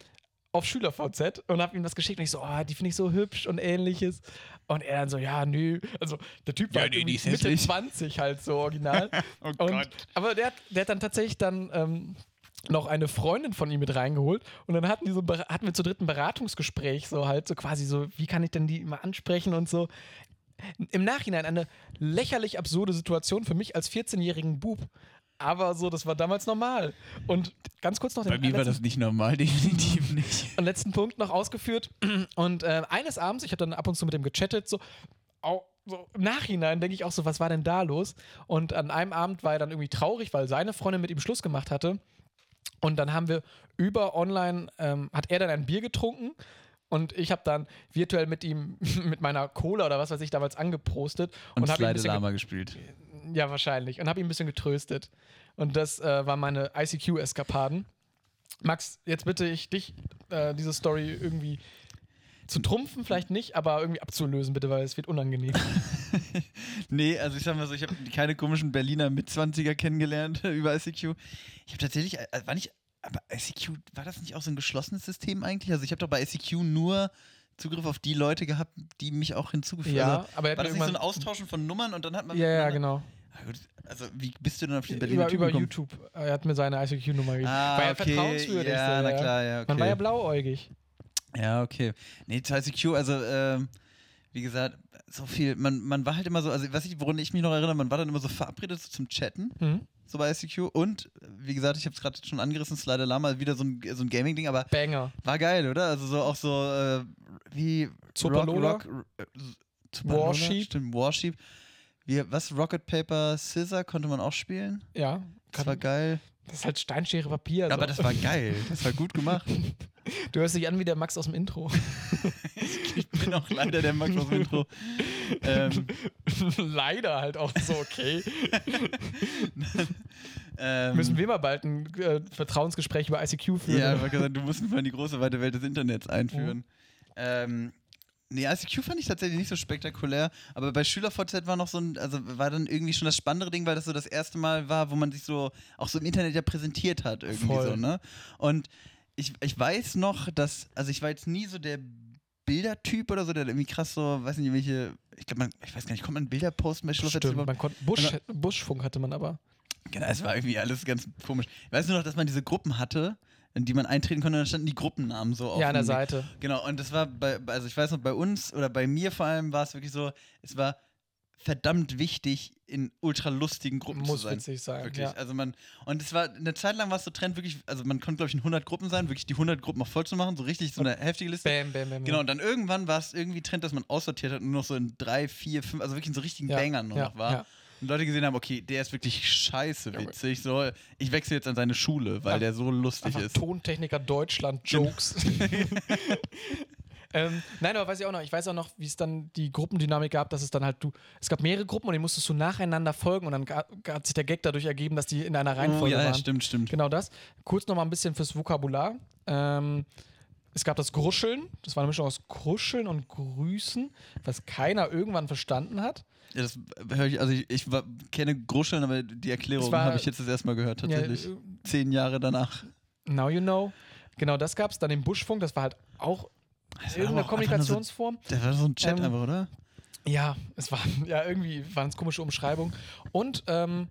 auf SchülerVZ und habe ihm das geschickt und ich so, oh, die finde ich so hübsch und ähnliches. Und er dann so, ja, nö. Also der Typ war Ja, nee, die irgendwie ist Mitte hässlich. 20 halt so original. Oh und, Gott. Aber der, hat- der hat dann tatsächlich dann ähm, noch eine Freundin von ihm mit reingeholt und dann hatten, die so, Ber- hatten wir zu dritten Beratungsgespräch so halt so quasi so, wie kann ich denn die immer ansprechen und so im Nachhinein eine lächerlich absurde Situation für mich als 14-jährigen Bub. Aber so, das war damals normal. Und ganz kurz noch Bei mir war das nicht normal, definitiv nicht. und letzten Punkt noch ausgeführt. Und äh, eines Abends, ich habe dann ab und zu mit dem gechattet, so, au, so im Nachhinein denke ich auch so, was war denn da los? Und an einem Abend war er dann irgendwie traurig, weil seine Freundin mit ihm Schluss gemacht hatte. Und dann haben wir über online, ähm, hat er dann ein Bier getrunken. Und ich habe dann virtuell mit ihm, mit meiner Cola oder was weiß ich, damals angeprostet. Und, hab ihm ein Slide bisschen ge- Lama gespielt. ja, wahrscheinlich. Und habe ihn ein bisschen getröstet. Und das äh, waren meine ICQ-Eskapaden. Max, jetzt bitte ich dich, äh, diese Story irgendwie zu trumpfen, vielleicht nicht, aber irgendwie abzulösen, bitte, weil es wird unangenehm. Nee, also ich sag mal so, ich habe keine komischen Berliner Mitzwanziger kennengelernt über ICQ. Ich habe tatsächlich, äh, war nicht, aber ICQ, war das nicht auch so ein geschlossenes System eigentlich? Also ich habe doch bei ICQ nur Zugriff auf die Leute gehabt, die mich auch hinzugefügt haben. ja, Also, aber er hat war mir das nicht so ein irgendwann- Austauschen von Nummern und dann hat man. Ja, ja, miteinander- genau. Ah, gut, Also wie bist du denn auf den Berliner Über, Typen über gekommen? YouTube. Er hat mir seine ICQ-Nummer gegeben. Ah, war ja okay. vertrauenswürdig. Ja, so, na klar, ja, okay. Man war ja blauäugig. Ja, okay. Nee, zu ICQ, also, ähm, wie gesagt, so viel, man, man war halt immer so, also, was ich, woran ich mich noch erinnere, man war dann immer so verabredet so zum Chatten, Hm? so bei ICQ. Und, äh, wie gesagt, ich habe es gerade schon angerissen, Slider Lama, wieder so ein, so ein Gaming-Ding, aber Banger. war geil, oder? Also, so auch so, äh, wie. Zopalola? Rock, Rock, äh, Zopalola? Warship? Stimmt, Warship. Wie, was? Rocket Paper Scissor konnte man auch spielen. Ja. Das war geil. Das ist halt Steinschere Papier. so. Aber das war geil. Das war gut gemacht. du hörst dich an wie der Max aus dem Intro. Ich bin auch leider der Max aus dem Intro. Ähm, Leider halt auch so, okay. ähm, Müssen wir mal bald ein äh, Vertrauensgespräch über ICQ führen? Ja, ich wollte gerade sagen, du musst ihn mal in die große weite Welt des Internets einführen. Ähm, nee, ICQ fand ich tatsächlich nicht so spektakulär, aber bei SchülerVZ war noch so ein, also war dann irgendwie schon das spannendere Ding, weil das so das erste Mal war, wo man sich so auch so im Internet ja präsentiert hat irgendwie Voll. so, ne? Und ich, ich weiß noch, dass, also ich war jetzt nie so der Bildertyp oder so, der irgendwie krass so, weiß nicht, welche, ich glaube, man, ich weiß gar nicht, kommt man Bilder posten bei SchülerVZ Stimmt, überhaupt? man konnte Busch, Buschfunk hatte man aber. Genau, es war irgendwie alles ganz komisch. Ich weiß nur noch, dass man diese Gruppen hatte, in die man eintreten konnte, und dann standen die Gruppennamen so auf ja, an der dem Ding. Seite. Genau, und das war bei, bei- also ich weiß noch, bei uns oder bei mir vor allem war es wirklich so, es war verdammt wichtig, in ultra lustigen Gruppen Muss zu sein. witzig sein. Wirklich. Ja. Also man, und es war, eine Zeit lang war es so Trend, wirklich, also man konnte, glaube ich, in 100 Gruppen sein, wirklich die 100 Gruppen auch voll zu machen, so richtig so eine heftige Liste. Bam, bam, bam. Genau, und dann irgendwann war es irgendwie Trend, dass man aussortiert hat und nur noch so in drei, vier, fünf, also wirklich in so richtigen Ja, Bangern nur ja, noch war. ja. Und Leute gesehen haben, okay, der ist wirklich scheiße witzig, so, ich wechsle jetzt an seine Schule, weil Einfach- der so lustig Einfach ist. Genau. Tontechniker Deutschland Jokes. ähm, nein, aber weiß ich auch noch. Ich weiß auch noch, wie es dann die Gruppendynamik gab, dass es dann halt du. Es gab mehrere Gruppen und die musstest du nacheinander folgen und dann ga- hat sich der Gag dadurch ergeben, dass die in einer Oh, Reihenfolge ja, ja, waren. stimmt, stimmt. Genau das. Kurz nochmal ein bisschen fürs Vokabular. Ähm, es gab das Gruscheln, das war eine Mischung aus Kruscheln und Grüßen, was keiner irgendwann verstanden hat. Ja, das höre ich, also ich, ich wa- kenne Gruscheln, aber die Erklärung Es war- habe ich jetzt das erste Mal gehört, tatsächlich. Ja, äh, Zehn Jahre danach. now you know. Genau das gab es. Dann den Buschfunk, das war halt auch irgendeine Kommunikationsform. Da war so ein Chat Ähm, einfach, oder? Ja, es waren ja irgendwie waren es komische Umschreibungen. Und ähm,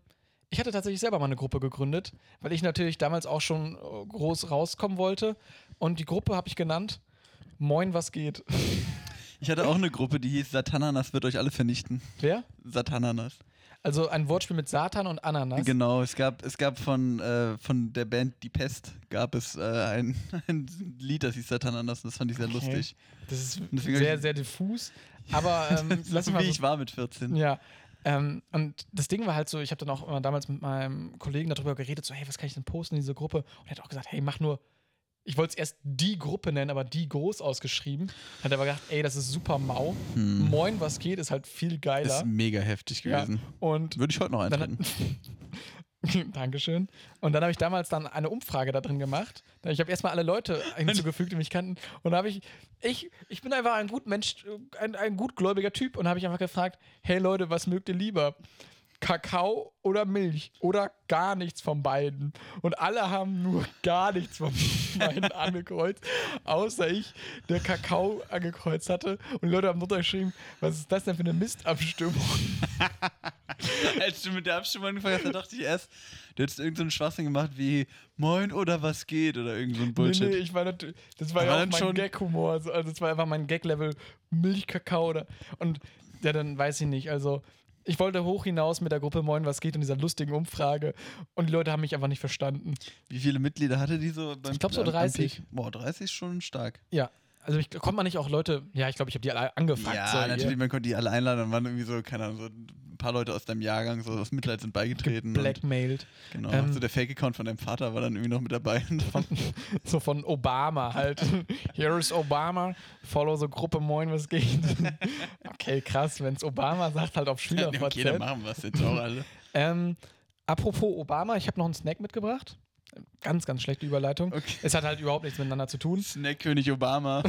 ich hatte tatsächlich selber mal eine Gruppe gegründet, weil ich natürlich damals auch schon äh, groß rauskommen wollte. Und die Gruppe habe ich genannt. Moin, was geht? Ich hatte auch eine Gruppe, die hieß Satananas wird euch alle vernichten. Wer? Satananas. Also ein Wortspiel mit Satan und Ananas. Genau, es gab, es gab von, äh, von der Band Die Pest gab es äh, ein, ein Lied, das hieß Satananas und das fand ich sehr Okay. lustig. Das ist deswegen hab sehr, ich- sehr diffus. Aber ähm, lass so mich mal wie so ich war mit 14. Ja. Ähm, und das Ding war halt so, ich habe dann auch immer damals mit meinem Kollegen darüber geredet, so, hey, was kann ich denn posten in diese Gruppe? Und er hat auch gesagt, hey, mach nur Ich wollte es erst die Gruppe nennen, aber die groß ausgeschrieben. Hat aber gedacht, ey, das ist super mau. Moin, was geht, ist halt viel geiler. Hm. Mhm. Ist mega heftig gewesen. Ja. Und Würde ich heute noch dann, eintreten. Dankeschön. Und dann habe ich damals dann eine Umfrage da drin gemacht. Ich habe erstmal alle Leute hinzugefügt, die mich kannten. Und da habe ich, ich, ich bin einfach ein gut Mensch, ein, ein gutgläubiger Typ und habe ich einfach gefragt, hey Leute, was mögt ihr lieber? Kakao oder Milch oder gar nichts von beiden. Und alle haben nur gar nichts von beiden angekreuzt, außer ich, der Kakao angekreuzt hatte. Und die Leute haben drunter geschrieben, was ist das denn für eine Mistabstimmung? Als du mit der Abstimmung angefangen hast, da dachte ich erst, du hättest irgendeinen so Schwachsinn gemacht wie Moin oder was geht oder irgend so ein Bullshit. Nee, nee, ich war natürlich, das war Aber ja auch dann mein schon- Gag-Humor. Also, also das war einfach mein Gag-Level Milch, Kakao oder. Und ja, dann weiß ich nicht. Also ich wollte hoch hinaus mit der Gruppe Moin, was geht in dieser lustigen Umfrage. Und die Leute haben mich einfach nicht verstanden. Wie viele Mitglieder hatte die so? Beim, Ich glaub, so am- am 30. Peak? Boah, 30 schon stark. Ja. Also ich, kommt man nicht auch Leute, ja, ich glaube, ich habe die alle angefangen. ja, natürlich, man konnte die alle einladen, dann waren irgendwie so, keine Ahnung, so ein paar Leute aus deinem Jahrgang so aus Mitleid sind beigetreten. Und, Blackmailed. genau, ähm, so der Fake-Account von deinem Vater war dann irgendwie noch mit dabei. Und So von Obama halt. Here is Obama. Follow so Gruppe Moin, was geht. okay, krass, wenn es Obama sagt, halt auf Schüler okay, dann machen wir es jetzt auch alle. Ähm, apropos Obama, ich habe noch einen Snack mitgebracht. Ganz, ganz schlechte Überleitung. Okay. Es hat halt überhaupt nichts miteinander zu tun. Snack-König Obama.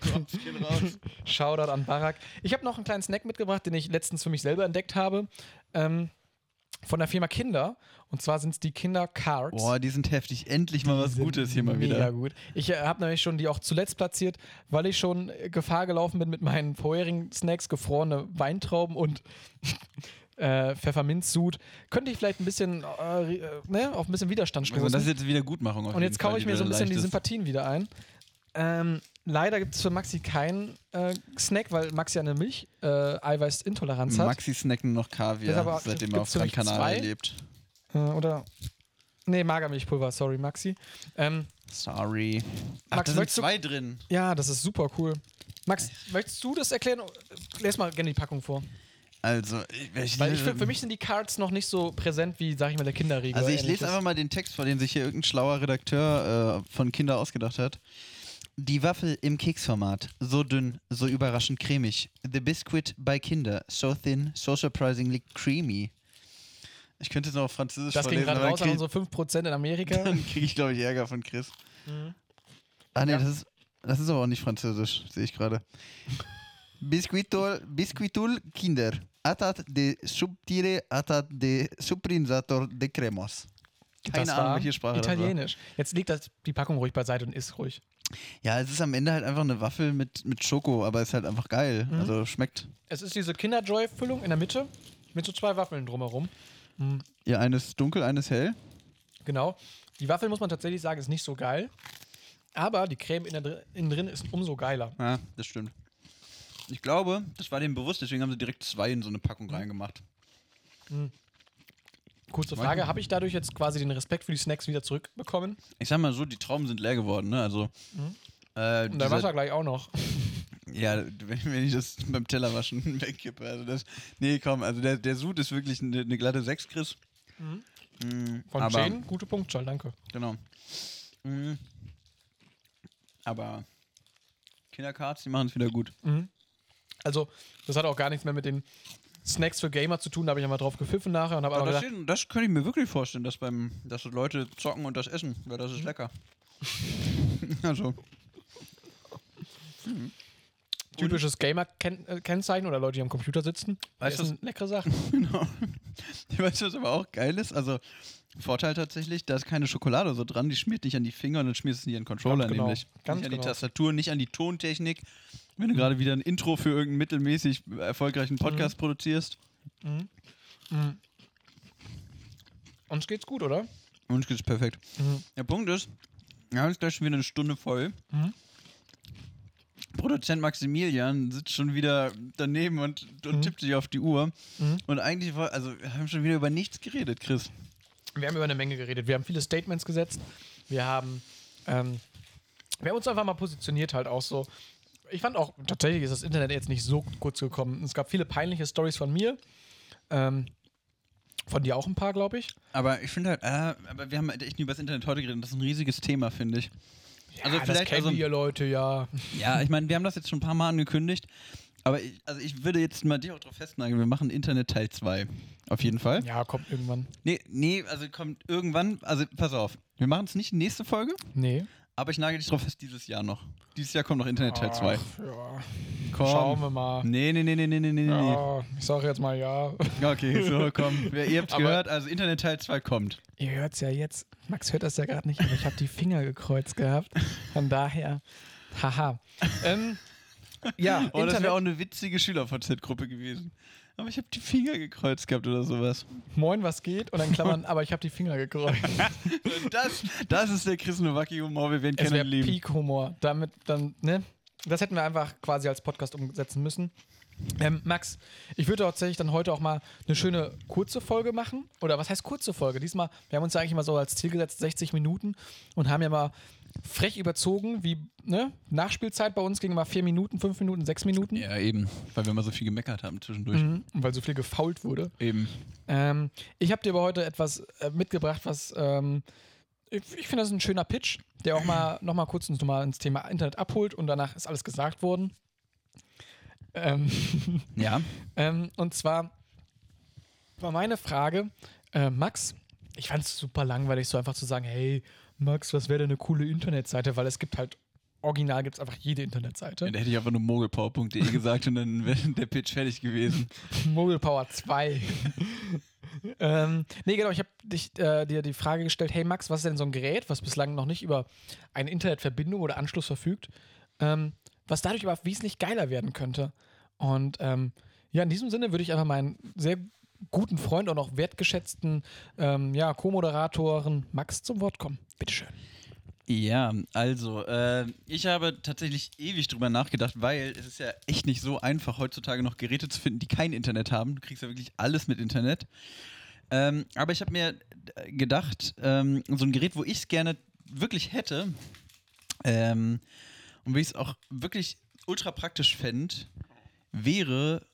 Props gehen raus. Shoutout an Barack. Ich habe noch einen kleinen Snack mitgebracht, den ich letztens für mich selber entdeckt habe. Ähm, von der Firma Kinder. Und zwar sind es die Kinder Cards. Boah, die sind heftig. Endlich mal was sind Gutes hier mal Mega wieder. gut. Ich äh, habe nämlich schon die auch zuletzt platziert, weil ich schon äh, Gefahr gelaufen bin mit meinen vorherigen Snacks, gefrorene Weintrauben und äh, Pfefferminzsud. Könnte ich vielleicht ein bisschen äh, re- äh, ne, auf ein bisschen Widerstand stoßen. Also das ist jetzt wieder Gutmachung. auf Und jeden jetzt Fall, kaue ich die mir so ein du bisschen die leichtest. Sympathien wieder ein. Ähm, leider gibt es für Maxi keinen äh, Snack, weil Maxi eine Milch-Eiweiß-Intoleranz hat. Maxi snacken noch Kaviar, Deshalb aber- seitdem er auf gibt's für Gran mich Canaria zwei? lebt. Äh, oder. Nee, Magermilchpulver, sorry, Maxi. Ähm, Sorry. Ach, Max, da sind möchtest du- zwei drin. ja, das ist super cool. Max, möchtest du das erklären? Lies mal gerne die Packung vor. Also, ich, ich, Weil ich, für, für mich sind die Cards noch nicht so präsent wie, sag ich mal, der Kinderriegel. ähm, Also oder ich lese ähnliches. einfach mal den Text vor, den sich hier irgendein schlauer Redakteur äh, von Kinder ausgedacht hat. Die Waffel im Keksformat. So dünn, so überraschend cremig. The Biscuit bei Kinder. So thin, so surprisingly creamy. Ich könnte es noch auf Französisch Das ging vorlesen, gerade aber raus an krieg- unsere 5% in Amerika. dann kriege ich, glaube ich, Ärger von Chris. Mhm. Ah, nee, das, ist, das ist aber auch nicht französisch, sehe ich gerade. Biscuitol, Biscuitul Kinder. Atat de subtile, atat de suprinsator de cremos. Keine das Ahnung, war welche Sprache das war. Italienisch. Jetzt legt das, die Packung ruhig beiseite und isst ruhig. Ja, es ist am Ende halt einfach eine Waffel mit, mit Schoko, aber ist halt einfach geil. Mhm. Also schmeckt. Es ist diese Kinderjoy-Füllung in der Mitte mit so zwei Waffeln drumherum. Ja, eines dunkel, eines hell. Genau. Die Waffel, muss man tatsächlich sagen, ist nicht so geil. Aber die Creme innen drin, innen drin ist umso geiler. Ja, das stimmt. Ich glaube, das war denen bewusst, deswegen haben sie direkt zwei in so eine Packung Mhm. reingemacht. Kurze Frage: Habe ich dadurch jetzt quasi den Respekt für die Snacks wieder zurückbekommen? Ich sag mal so, die Trauben sind leer geworden, ne? Also. Äh, Mhm. Und dein dieser- Wasser gleich auch noch. ja, wenn, wenn ich das beim Tellerwaschen wegkippe. Also das, nee, komm, also der, der Sud ist wirklich eine, eine glatte 6, Chris. Mm, Von aber, 10, gute Punktzahl, danke. Genau. Mm, aber Kindercards, die machen es wieder gut. Also, das hat auch gar nichts mehr mit den Snacks für Gamer zu tun. Da habe ich ja mal drauf gepfiffen nachher und habe Aber aber das, gedacht, steht, das könnte ich mir wirklich vorstellen, dass beim, dass so Leute zocken und das essen, weil das ist Mhm. lecker. also, typisches Gamer-Kennzeichen oder Leute, die am Computer sitzen. Weißt Weißt du, du, leckere Sachen. genau. Weißt du, was aber auch geil ist? Also, Vorteil tatsächlich, da ist keine Schokolade so dran, die schmiert nicht an die Finger und dann schmierst du es nicht an den Controller Ganz genau. nämlich. Ganz nicht an die genau. Tastatur, nicht an die Tontechnik. Wenn du gerade wieder ein Intro für irgendeinen mittelmäßig Mhm. erfolgreichen Podcast produzierst. Uns geht's gut, oder? Uns geht's perfekt. Mhm. Der Punkt ist, wir haben jetzt gleich schon wieder eine Stunde voll. Mhm. Produzent Maximilian sitzt schon wieder daneben und, Mhm. und tippt sich auf die Uhr. Und eigentlich war, also wir haben schon wieder über nichts geredet, Chris. Wir haben über eine Menge geredet. Wir haben viele Statements gesetzt. Wir haben, ähm, wir haben uns einfach mal positioniert, halt auch so. Ich fand auch, tatsächlich ist das Internet jetzt nicht so kurz gekommen. Es gab viele peinliche Stories von mir. Ähm, Von dir auch ein paar, glaube ich. Aber ich finde halt, äh, aber wir haben halt echt nie über das Internet heute geredet und das ist ein riesiges Thema, finde ich. Also ja, Ah, das vielleicht- kennen also- wir Leute, ja. Ja, ich meine, wir haben das jetzt schon ein paar Mal angekündigt. Aber ich, also ich würde jetzt mal dich auch drauf festnageln, wir machen Internet Teil 2. Auf jeden Fall. Ja, kommt irgendwann. Nee, nee, also kommt irgendwann, also pass auf, wir machen es nicht in nächste Folge, Nee. aber ich nagel dich drauf fest, dieses Jahr noch. Dieses Jahr kommt noch Internet Teil 2. Ach, Ja. Komm. Ah, Schauen wir mal. Nee, nee, nee, nee, nee, nee, nee, nee. Ja, ich sage jetzt mal ja. Okay, so, komm. Wer- Ihr habt's Aber- gehört, also Internet Teil 2 kommt. Ihr hört es ja jetzt. Max hört das ja gerade nicht, aber ich habe die Finger gekreuzt gehabt. Von daher, haha. ähm, ja, Oh, das Internet. wäre auch eine witzige SchülerVZ-Gruppe gewesen. Aber ich habe die Finger gekreuzt gehabt oder sowas. Moin, was geht? Und dann Klammern, aber ich habe die Finger gekreuzt. Das, das ist der Chris Nowacki-Humor, wir werden es kennen wäre und lieben. Peak-Humor. Damit dann, ne? Das hätten wir einfach quasi als Podcast umsetzen müssen. Ähm, Max, ich würde tatsächlich dann heute auch mal eine schöne kurze Folge machen. Oder was heißt kurze Folge? Diesmal, wir haben uns ja eigentlich mal so als Ziel gesetzt, 60 Minuten und haben ja mal frech überzogen, wie, ne? Nachspielzeit bei uns ging mal 4 Minuten, 5 Minuten, 6 Minuten. Ja, eben, weil wir mal so viel gemeckert haben zwischendurch. Mhm, weil so viel gefault wurde. Eben. Ähm, ich habe dir aber heute etwas äh, mitgebracht, was ähm, ich, ich finde, das ist ein schöner Pitch, der auch mal nochmal kurz uns nochmal ins Thema Internet abholt und danach ist alles gesagt worden. Ähm, Ja. ähm, und zwar war meine Frage, äh, Max, ich fand es super langweilig, so einfach zu sagen, hey, Max, was wäre denn eine coole Internetseite? Weil es gibt halt, original gibt es einfach jede Internetseite. ja. Da hätte ich einfach nur mogelpower.de gesagt und dann wäre der Pitch fertig gewesen. Mogul Power 2. ähm, nee, genau, ich habe dich, äh, dir die Frage gestellt, hey Max, was ist denn so ein Gerät, was bislang noch nicht über eine Internetverbindung oder Anschluss verfügt, ähm, was dadurch aber wesentlich geiler werden könnte. Und ähm, ja, in diesem Sinne würde ich einfach meinen sehr guten Freund und auch wertgeschätzten ähm, ja, Co-Moderatoren Max zum Wort kommen. Bitteschön. Ja, also, äh, ich habe tatsächlich ewig drüber nachgedacht, weil es ist ja echt nicht so einfach, heutzutage noch Geräte zu finden, die kein Internet haben. Du kriegst ja wirklich alles mit Internet. Ähm, aber ich habe mir äh, gedacht, ähm, so ein Gerät, wo ich es gerne wirklich hätte ähm, und wie ich es auch wirklich ultra praktisch fände, wäre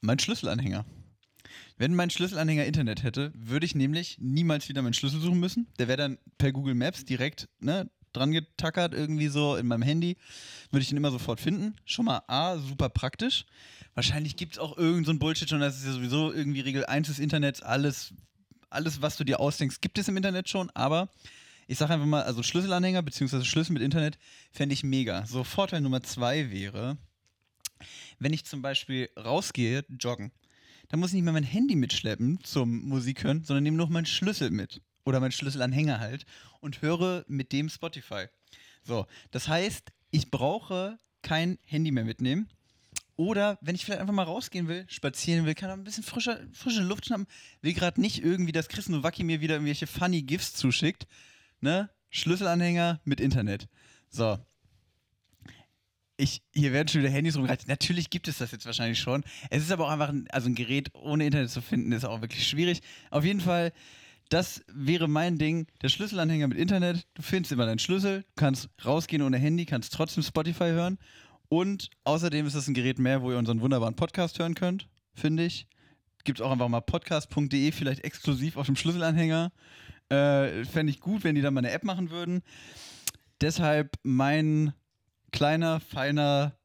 mein Schlüsselanhänger. Wenn mein Schlüsselanhänger Internet hätte, würde ich nämlich niemals wieder meinen Schlüssel suchen müssen. Der wäre dann per Google Maps direkt ne, dran getackert, irgendwie so in meinem Handy. Würde ich ihn immer sofort finden. Schon mal A, super praktisch. Wahrscheinlich gibt es auch irgendeinen so einen Bullshit schon, das ist ja sowieso irgendwie Regel 1 des Internets, alles, alles, was du dir ausdenkst, gibt es im Internet schon, aber ich sage einfach mal, also Schlüsselanhänger bzw. Schlüssel mit Internet fände ich mega. So, Vorteil Nummer zwei wäre, wenn ich zum Beispiel rausgehe, joggen, dann muss ich nicht mehr mein Handy mitschleppen zum Musik hören, sondern nehme noch meinen Schlüssel mit oder meinen Schlüsselanhänger halt und höre mit dem Spotify. So, das heißt, ich brauche kein Handy mehr mitnehmen. Oder wenn ich vielleicht einfach mal rausgehen will, spazieren will, kann auch ein bisschen frischer, frische Luft schnappen, will gerade nicht irgendwie, dass Chris Nowacki mir wieder irgendwelche funny GIFs zuschickt. Ne? Schlüsselanhänger mit Internet. So, ich, hier werden schon wieder Handys rumgereicht. Natürlich gibt es das jetzt wahrscheinlich schon. Es ist aber auch einfach, ein, also ein Gerät ohne Internet zu finden, ist auch wirklich schwierig. Auf jeden Fall, das wäre mein Ding. Der Schlüsselanhänger mit Internet. Du findest immer deinen Schlüssel, du kannst rausgehen ohne Handy, kannst trotzdem Spotify hören. Und außerdem ist das ein Gerät mehr, wo ihr unseren wunderbaren Podcast hören könnt, finde ich. Gibt auch einfach mal podcast.de, vielleicht exklusiv auf dem Schlüsselanhänger. Äh, Fände ich gut, wenn die da mal eine App machen würden. Deshalb mein kleiner, feiner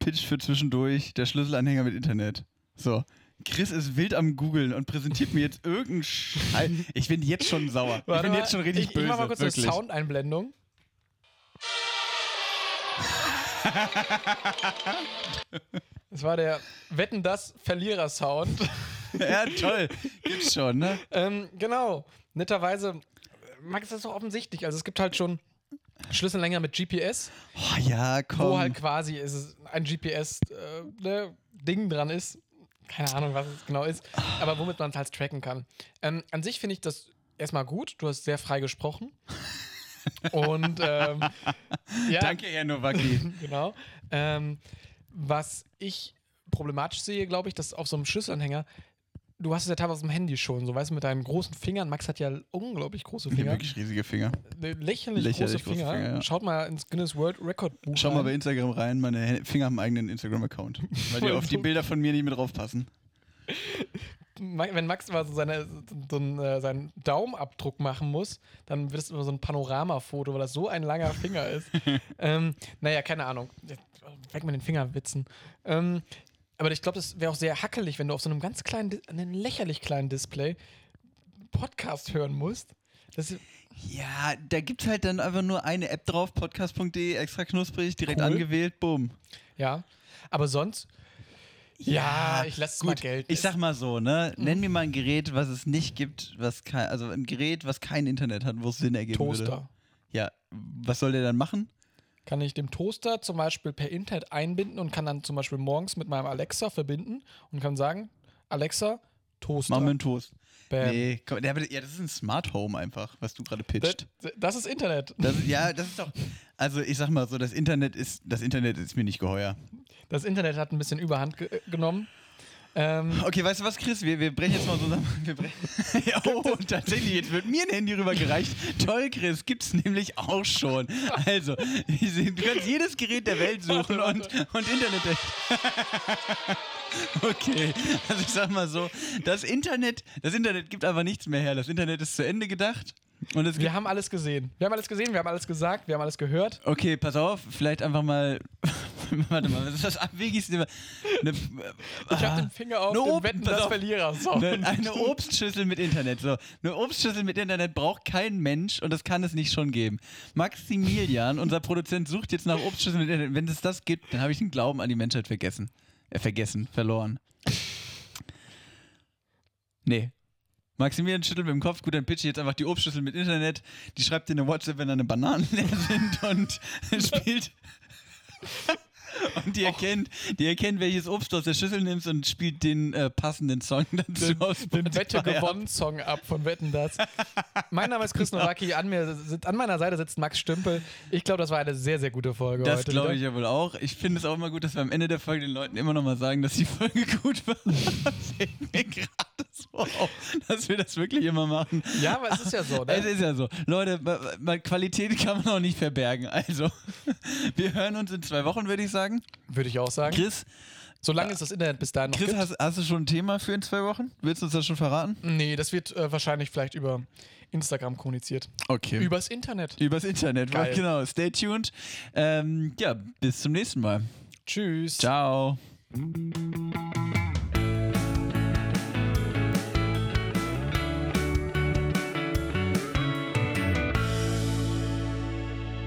Pitch für zwischendurch, der Schlüsselanhänger mit Internet. So. Chris ist wild am Googeln und präsentiert mir jetzt irgendeinen Scheiß. Ich bin jetzt schon sauer. ich bin mal, jetzt schon richtig ich, böse. Ich mach mal kurz wirklich. eine Soundeinblendung. Das war der Wetten das Verlierer-Sound. Ja, toll. Gibt's schon, ne? Ähm, genau. Netterweise mag es das doch offensichtlich. Also es gibt halt schon Schlüssellänger mit GPS, Oh, ja, komm. wo halt quasi ist es ein GPS-Ding äh, ne, dran ist. Keine Ahnung, was es genau ist, aber womit man es halt tracken kann. Ähm, an sich finde ich das erstmal gut. Du hast sehr frei gesprochen. Und ähm, ja, Danke, Herr Nowacki. genau. Ähm, was ich problematisch sehe, glaube ich, dass auf so einem Schlüsselanhänger, du hast es ja teilweise auf dem Handy schon, so weißt du, mit deinen großen Fingern, Max hat ja unglaublich große Nee, Finger, wirklich riesige Finger. ne, lächerlich, Lächerlich große, große Finger. Finger, ja. Schaut mal ins Guinness World Record Buch Schau mal bei rein. Instagram rein, meine Hä- Finger haben einen eigenen Instagram-Account. Weil die auf die Bilder von mir nicht mit draufpassen. Ma- wenn Max mal so, seine, so einen, äh, seinen Daumenabdruck machen muss, dann wird es immer so ein Panoramafoto, weil das so ein langer Finger ist. ähm, naja, keine Ahnung. Weg mit den Fingerwitzen. Ähm, aber ich glaube, das wäre auch sehr hackelig, wenn du auf so einem ganz kleinen, Dis- einem lächerlich kleinen Display Podcast hören musst. Das ist, Ja, da gibt's halt dann einfach nur eine App drauf, podcast.de, extra knusprig, direkt Cool. angewählt, bumm. ja. Aber sonst, ja, ich lasse es mal Gut, Geld. ich sag mal so, ne? Nenn mir mal ein Gerät, was es nicht gibt, was kein, also ein Gerät, was kein Internet hat, wo es Sinn ergeben Toaster. würde. Ja, was soll der dann machen? kann ich dem Toaster zum Beispiel per Internet einbinden und kann dann zum Beispiel morgens mit meinem Alexa verbinden und kann sagen, Alexa, Toaster. Mach mir einen Toast. Bam. Nee, komm, ja, aber- ja, das ist ein Smart Home einfach, was du gerade das, pitcht. das ist Internet. Das, ist- ja, das ist doch. Also ich sag mal so, das Internet ist, das Internet ist mir nicht geheuer. Das Internet hat ein bisschen Überhand ge genommen. Ähm, Okay, weißt du was, Chris? Wir, wir brechen jetzt mal so zusammen. Wir brechen. ja, oh, tatsächlich, jetzt wird mir ein Handy rübergereicht. Toll, Chris, gibt's nämlich auch schon. Also, du kannst jedes Gerät der Welt suchen und, und Internet. Okay, also ich sag mal so, das Internet, das Internet gibt einfach nichts mehr her. Das Internet ist zu Ende gedacht und es wir haben alles gesehen. Wir haben alles gesehen, wir haben alles gesagt, wir haben alles gehört. Okay, pass auf, vielleicht einfach mal. Warte mal, was ist das abwegigste? Eine, Ich habe den Finger auf Eine dem Open- Wetten, pass das auf. Verlierer. So. eine, eine Obstschüssel mit Internet. So. Eine Obstschüssel mit Internet braucht kein Mensch und das kann es nicht schon geben. Maximilian, unser Produzent, sucht jetzt nach Obstschüsseln mit Internet. Wenn es das gibt, dann habe ich den Glauben an die Menschheit vergessen. Äh, vergessen, verloren. Nee. Maximilian schüttelt mit dem Kopf, gut, dann pitche ich jetzt einfach die Obstschüssel mit Internet. Die schreibt dir eine WhatsApp, wenn deine Bananen leer sind und spielt. Und die erkennt, die erkennt, welches Obst du aus der Schüssel nimmst und spielt den äh, passenden Song dazu aus. den Spotify Wette ab. gewonnen Song ab von Wetten das. mein Name ist Chris Nowacki, an, mir, sit- an meiner Seite sitzt Max Stümpel. Ich glaube, das war eine sehr, sehr gute Folge Das heute. glaube wieder. ich ja wohl auch. Ich finde es auch immer gut, dass wir am Ende der Folge den Leuten immer nochmal sagen, dass die Folge gut war. Das fällt mir gerade so auf, dass wir das wirklich immer machen. Ja, aber es ist ja so. Ne? Es ist ja so. Leute, ma- ma- Qualität kann man auch nicht verbergen. Also, wir hören uns in zwei Wochen, würde ich sagen. Würde ich auch sagen. Chris, Solange es das Internet bis dahin noch Chris gibt. hast, hast du schon ein Thema für in zwei Wochen? Willst du uns das schon verraten? Nee, das wird äh, wahrscheinlich vielleicht über Instagram kommuniziert. Okay. Übers Internet. Übers Internet, Geil. genau. Stay tuned. Ähm, ja, bis zum nächsten Mal. Tschüss. Ciao.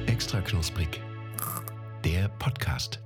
Extra knusprig. Der Podcast.